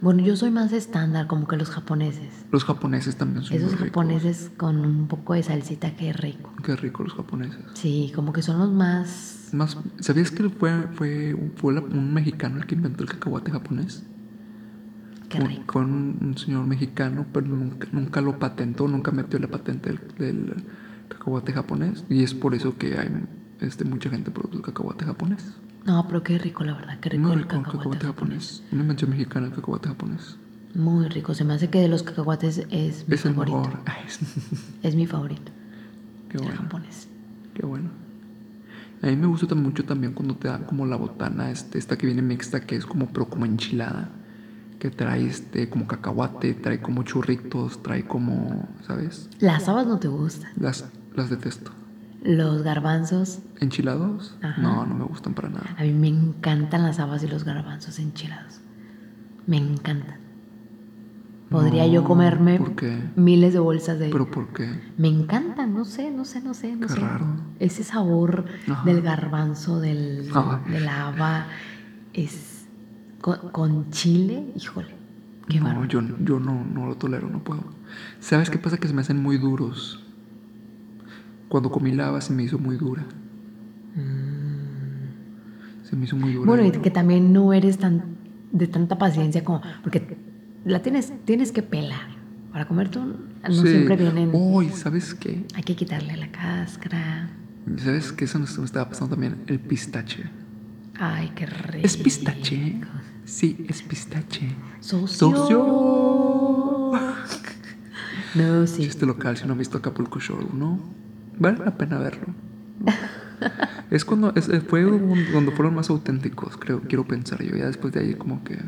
[SPEAKER 2] Bueno, yo soy más estándar, como que los japoneses.
[SPEAKER 1] Los japoneses también son
[SPEAKER 2] Esos
[SPEAKER 1] muy ricos.
[SPEAKER 2] japoneses con un poco de salsita, qué rico.
[SPEAKER 1] Qué rico los japoneses.
[SPEAKER 2] Sí, como que son los más...
[SPEAKER 1] Más, ¿Sabías que fue, fue, fue la- un mexicano el que inventó el cacahuate japonés?
[SPEAKER 2] Qué
[SPEAKER 1] Fue-
[SPEAKER 2] rico.
[SPEAKER 1] Fue un, un señor mexicano, pero nunca, nunca lo patentó, nunca metió la patente del, del- cacahuate japonés y es por eso que hay este, mucha gente produce cacahuate japonés.
[SPEAKER 2] No, pero qué rico, la verdad, qué rico
[SPEAKER 1] Muy
[SPEAKER 2] el
[SPEAKER 1] rico, cacahuate,
[SPEAKER 2] cacahuate
[SPEAKER 1] japonés. Una mención mexicana al cacahuate japonés.
[SPEAKER 2] Muy rico. Se me hace que de los cacahuates es mi
[SPEAKER 1] es el
[SPEAKER 2] favorito.
[SPEAKER 1] mejor. Ay, es-
[SPEAKER 2] Es mi favorito,
[SPEAKER 1] Qué
[SPEAKER 2] el
[SPEAKER 1] bueno,
[SPEAKER 2] japonés.
[SPEAKER 1] qué bueno. A mí me gusta tam- mucho también cuando te dan como la botana, este, esta que viene mixta, que es como, pero como enchilada, que trae este, como cacahuate, trae como churritos, trae como, ¿sabes?
[SPEAKER 2] Las habas no te gustan.
[SPEAKER 1] Las, las detesto.
[SPEAKER 2] Los garbanzos,
[SPEAKER 1] ¿Enchilados?
[SPEAKER 2] Ajá.
[SPEAKER 1] No, no me gustan para nada.
[SPEAKER 2] a mí me encantan las habas y los garbanzos enchilados. Me encantan. Podría
[SPEAKER 1] No,
[SPEAKER 2] yo comerme
[SPEAKER 1] ¿por qué?
[SPEAKER 2] miles de bolsas de
[SPEAKER 1] ¿Pero por qué?
[SPEAKER 2] Me encantan, no sé, no sé, no sé, no
[SPEAKER 1] Qué
[SPEAKER 2] sé.
[SPEAKER 1] raro.
[SPEAKER 2] Ese sabor
[SPEAKER 1] Ajá.
[SPEAKER 2] del garbanzo, del,
[SPEAKER 1] Ajá.
[SPEAKER 2] de la haba, es con, con chile, híjole, qué
[SPEAKER 1] no,
[SPEAKER 2] bárbaro.
[SPEAKER 1] yo, yo no, no lo tolero, no puedo. ¿Sabes qué pasa? Que se me hacen muy duros. Cuando comí lava se me hizo muy dura. Se me hizo muy dura.
[SPEAKER 2] Mm. Bueno, y que también no eres tan de tanta paciencia como, porque la tienes, tienes que pelar. Para comer tú no
[SPEAKER 1] Sí. Oh,
[SPEAKER 2] siempre vienen,
[SPEAKER 1] Uy, ¿sabes qué?
[SPEAKER 2] hay que quitarle la cáscara.
[SPEAKER 1] ¿Sabes qué? Eso nos- me estaba pasando también. El pistache.
[SPEAKER 2] Ay, qué rico.
[SPEAKER 1] ¿Es pistache? Sí, es pistache.
[SPEAKER 2] Socio.
[SPEAKER 1] ¡Socio!
[SPEAKER 2] No, sí.
[SPEAKER 1] Chiste local, si no han visto Acapulco Shore, ¿no? Vale la pena verlo. es cuando es, eh, fue un- cuando fueron más auténticos, creo, quiero pensar yo. Ya después de ahí como que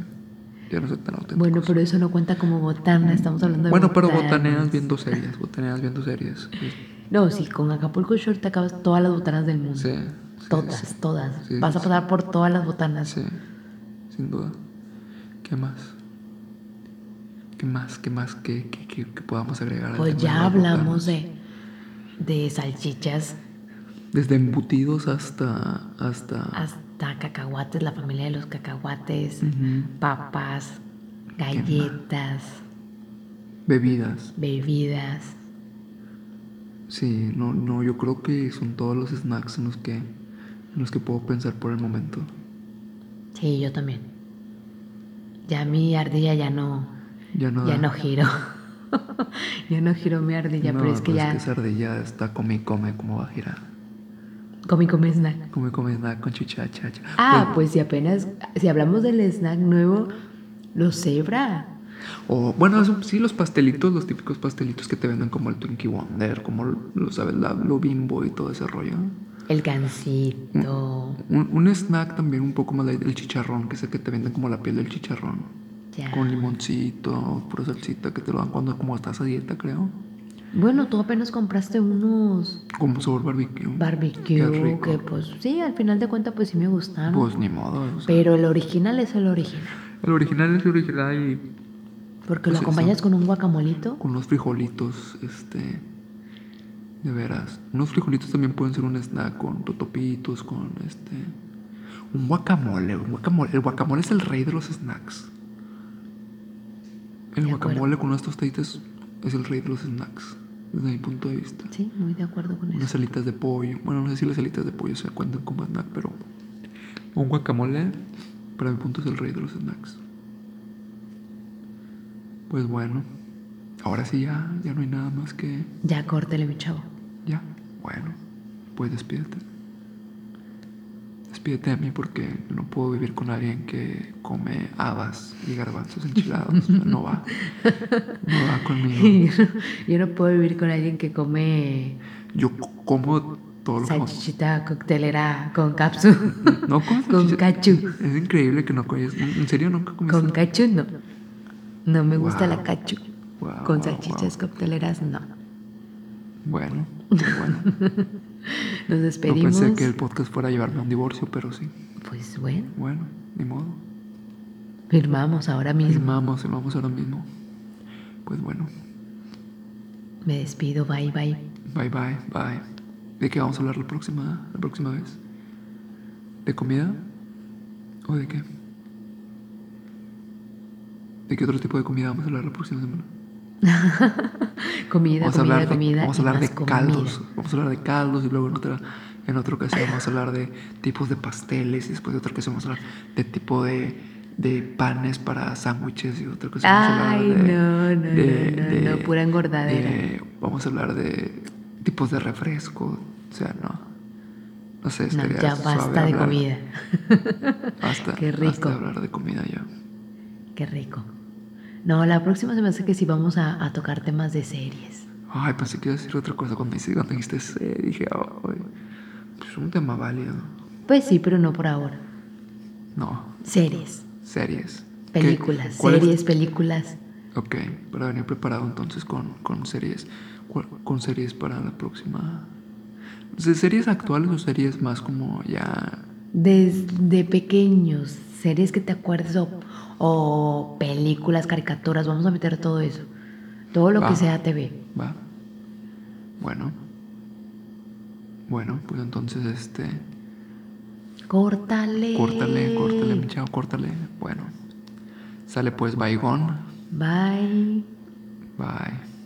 [SPEAKER 1] ya no soy tan auténtico.
[SPEAKER 2] Bueno, pero eso no cuenta como botana, estamos hablando de
[SPEAKER 1] Bueno, pero
[SPEAKER 2] botanas.
[SPEAKER 1] botaneas viendo series, botaneas viendo series. Sí,
[SPEAKER 2] No, sí, con Acapulco Shore te acabas todas las botanas del mundo.
[SPEAKER 1] sí,
[SPEAKER 2] todas,
[SPEAKER 1] sí,
[SPEAKER 2] todas.
[SPEAKER 1] Sí,
[SPEAKER 2] Vas a
[SPEAKER 1] sí.
[SPEAKER 2] pasar por todas las botanas.
[SPEAKER 1] sí, sin duda. ¿Qué más? ¿Qué más? ¿Qué más? ¿Qué, qué, qué- qué podamos agregar? al
[SPEAKER 2] pues
[SPEAKER 1] tema de
[SPEAKER 2] ya
[SPEAKER 1] las
[SPEAKER 2] hablamos
[SPEAKER 1] botanas?
[SPEAKER 2] de, de salchichas
[SPEAKER 1] Desde embutidos hasta... hasta...
[SPEAKER 2] hasta cacahuates, la familia de los cacahuates,
[SPEAKER 1] Ujú.
[SPEAKER 2] papas, galletas,
[SPEAKER 1] Bebidas.
[SPEAKER 2] bebidas.
[SPEAKER 1] Sí, no, no, yo creo que son todos los snacks en los que, en los que puedo pensar por el momento.
[SPEAKER 2] Sí, yo también. Ya mi ardilla ya no,
[SPEAKER 1] Ya no
[SPEAKER 2] ya
[SPEAKER 1] da-
[SPEAKER 2] no giro. ya no giro mi ardilla,
[SPEAKER 1] no,
[SPEAKER 2] pero es que
[SPEAKER 1] pues
[SPEAKER 2] ya
[SPEAKER 1] esa ardilla está come y come, como va a girar.
[SPEAKER 2] comí comí snack.
[SPEAKER 1] Come y come snack con chichacha. cha.
[SPEAKER 2] Ah, pues si apenas, si hablamos del snack nuevo, los cebra.
[SPEAKER 1] O, bueno, eso sí, los pastelitos, los típicos pastelitos que te venden como el Twinkie Wonder, como lo sabes, la, lo bimbo y todo ese rollo.
[SPEAKER 2] El gansito.
[SPEAKER 1] Un, un snack también un poco más light, el chicharrón, que es el que te venden como la piel del chicharrón.
[SPEAKER 2] Ya.
[SPEAKER 1] Con limoncito, pura salsita que te lo dan cuando como estás a dieta, creo.
[SPEAKER 2] Bueno, tú apenas compraste unos
[SPEAKER 1] Como sabor barbecue. Qué
[SPEAKER 2] barbecue
[SPEAKER 1] rico.
[SPEAKER 2] que pues sí, al final de cuentas pues sí me gustaron.
[SPEAKER 1] Pues ni modo. o sea,
[SPEAKER 2] pero el original es el original.
[SPEAKER 1] el original es el original y
[SPEAKER 2] Porque
[SPEAKER 1] Pues
[SPEAKER 2] lo
[SPEAKER 1] eso.
[SPEAKER 2] acompañas con un guacamolito.
[SPEAKER 1] con unos frijolitos, este. De veras. Unos frijolitos también pueden ser un snack con totopitos, con este. Un guacamole, un guacamole. El guacamole es el rey de los snacks. El
[SPEAKER 2] De acuerdo.
[SPEAKER 1] guacamole con unas tostaditas es el rey de los snacks, desde mi punto de vista.
[SPEAKER 2] Sí, muy de acuerdo con
[SPEAKER 1] Unas
[SPEAKER 2] eso.
[SPEAKER 1] alitas de pollo. Bueno, no sé si las alitas de pollo se cuentan como snack, pero un guacamole, para mi punto, es el rey de los snacks. Pues bueno, ahora sí ya, ya no hay nada más que.
[SPEAKER 2] Ya córtele, mi chavo.
[SPEAKER 1] Ya, bueno, pues despídete. Despídete de mí porque no puedo vivir con alguien que come habas y garbanzos enchilados. No va. No va conmigo.
[SPEAKER 2] Yo no puedo vivir con alguien que come
[SPEAKER 1] Yo co- como todo lo que.
[SPEAKER 2] salchichita coctelera con capsu.
[SPEAKER 1] No comes
[SPEAKER 2] Con
[SPEAKER 1] salchicha.
[SPEAKER 2] cachú.
[SPEAKER 1] Es increíble que no comes. En serio, nunca comiste.
[SPEAKER 2] Con cachu no. No me gusta
[SPEAKER 1] Wow.
[SPEAKER 2] la cachu.
[SPEAKER 1] Wow,
[SPEAKER 2] Con
[SPEAKER 1] wow,
[SPEAKER 2] salchichas cocteleras no.
[SPEAKER 1] Bueno, bueno.
[SPEAKER 2] Nos
[SPEAKER 1] No
[SPEAKER 2] despedimos.
[SPEAKER 1] pensé que el podcast fuera a llevarme a un divorcio, pero sí.
[SPEAKER 2] Pues bueno,
[SPEAKER 1] Bueno, ni modo.
[SPEAKER 2] firmamos ahora mismo.
[SPEAKER 1] Firmamos, firmamos ahora mismo. Pues bueno,
[SPEAKER 2] Me despido, bye bye.
[SPEAKER 1] bye bye, bye. ¿De qué vamos a hablar la próxima, la próxima vez? ¿De comida? ¿O de qué? ¿De qué otro tipo de comida vamos a hablar la próxima semana?
[SPEAKER 2] Comida,
[SPEAKER 1] Vamos a
[SPEAKER 2] comida,
[SPEAKER 1] hablar de,
[SPEAKER 2] comida.
[SPEAKER 1] vamos a
[SPEAKER 2] y
[SPEAKER 1] hablar
[SPEAKER 2] más
[SPEAKER 1] de
[SPEAKER 2] comida.
[SPEAKER 1] caldos. Vamos a hablar de caldos y luego en otra, en otra ocasión vamos a hablar de tipos de pasteles y después de otra ocasión vamos a hablar de tipo de, de panes para sándwiches y otra ocasión vamos a hablar
[SPEAKER 2] Ay,
[SPEAKER 1] de...
[SPEAKER 2] no, no, no,
[SPEAKER 1] de-
[SPEAKER 2] no, no,
[SPEAKER 1] de-
[SPEAKER 2] pura engordadera.
[SPEAKER 1] de- vamos a hablar de tipos de refresco. O sea, no. No sé,
[SPEAKER 2] No,
[SPEAKER 1] estaría
[SPEAKER 2] ya
[SPEAKER 1] suave
[SPEAKER 2] basta de
[SPEAKER 1] hablar-
[SPEAKER 2] comida.
[SPEAKER 1] Basta,
[SPEAKER 2] Qué
[SPEAKER 1] basta
[SPEAKER 2] rico.
[SPEAKER 1] hablar de comida ya.
[SPEAKER 2] Qué rico. No, la próxima se me hace que sí vamos a, a tocar temas de series.
[SPEAKER 1] Ay, pensé que iba a decir otra cosa cuando, hice- cuando dijiste C. Dije, ay, pues un tema válido.
[SPEAKER 2] Pues sí, pero no por ahora.
[SPEAKER 1] No,
[SPEAKER 2] Series,
[SPEAKER 1] series. ¿Qué-
[SPEAKER 2] películas,
[SPEAKER 1] cuál es-
[SPEAKER 2] series, películas.
[SPEAKER 1] Ok, para venir preparado entonces con, con series. ¿Cuál- Con series para la próxima. ¿Se- ¿Series actuales o series más como ya.
[SPEAKER 2] Desde pequeños, series que te acuerdes o, o películas, caricaturas, vamos a meter todo eso. Todo lo
[SPEAKER 1] Va.
[SPEAKER 2] que sea TV.
[SPEAKER 1] va? Bueno. Bueno, pues entonces este.
[SPEAKER 2] Córtale.
[SPEAKER 1] Córtale,
[SPEAKER 2] Eh.
[SPEAKER 1] córtale, mi chavo, córtale. Bueno. Sale pues, baigón.
[SPEAKER 2] Bye.
[SPEAKER 1] Bye.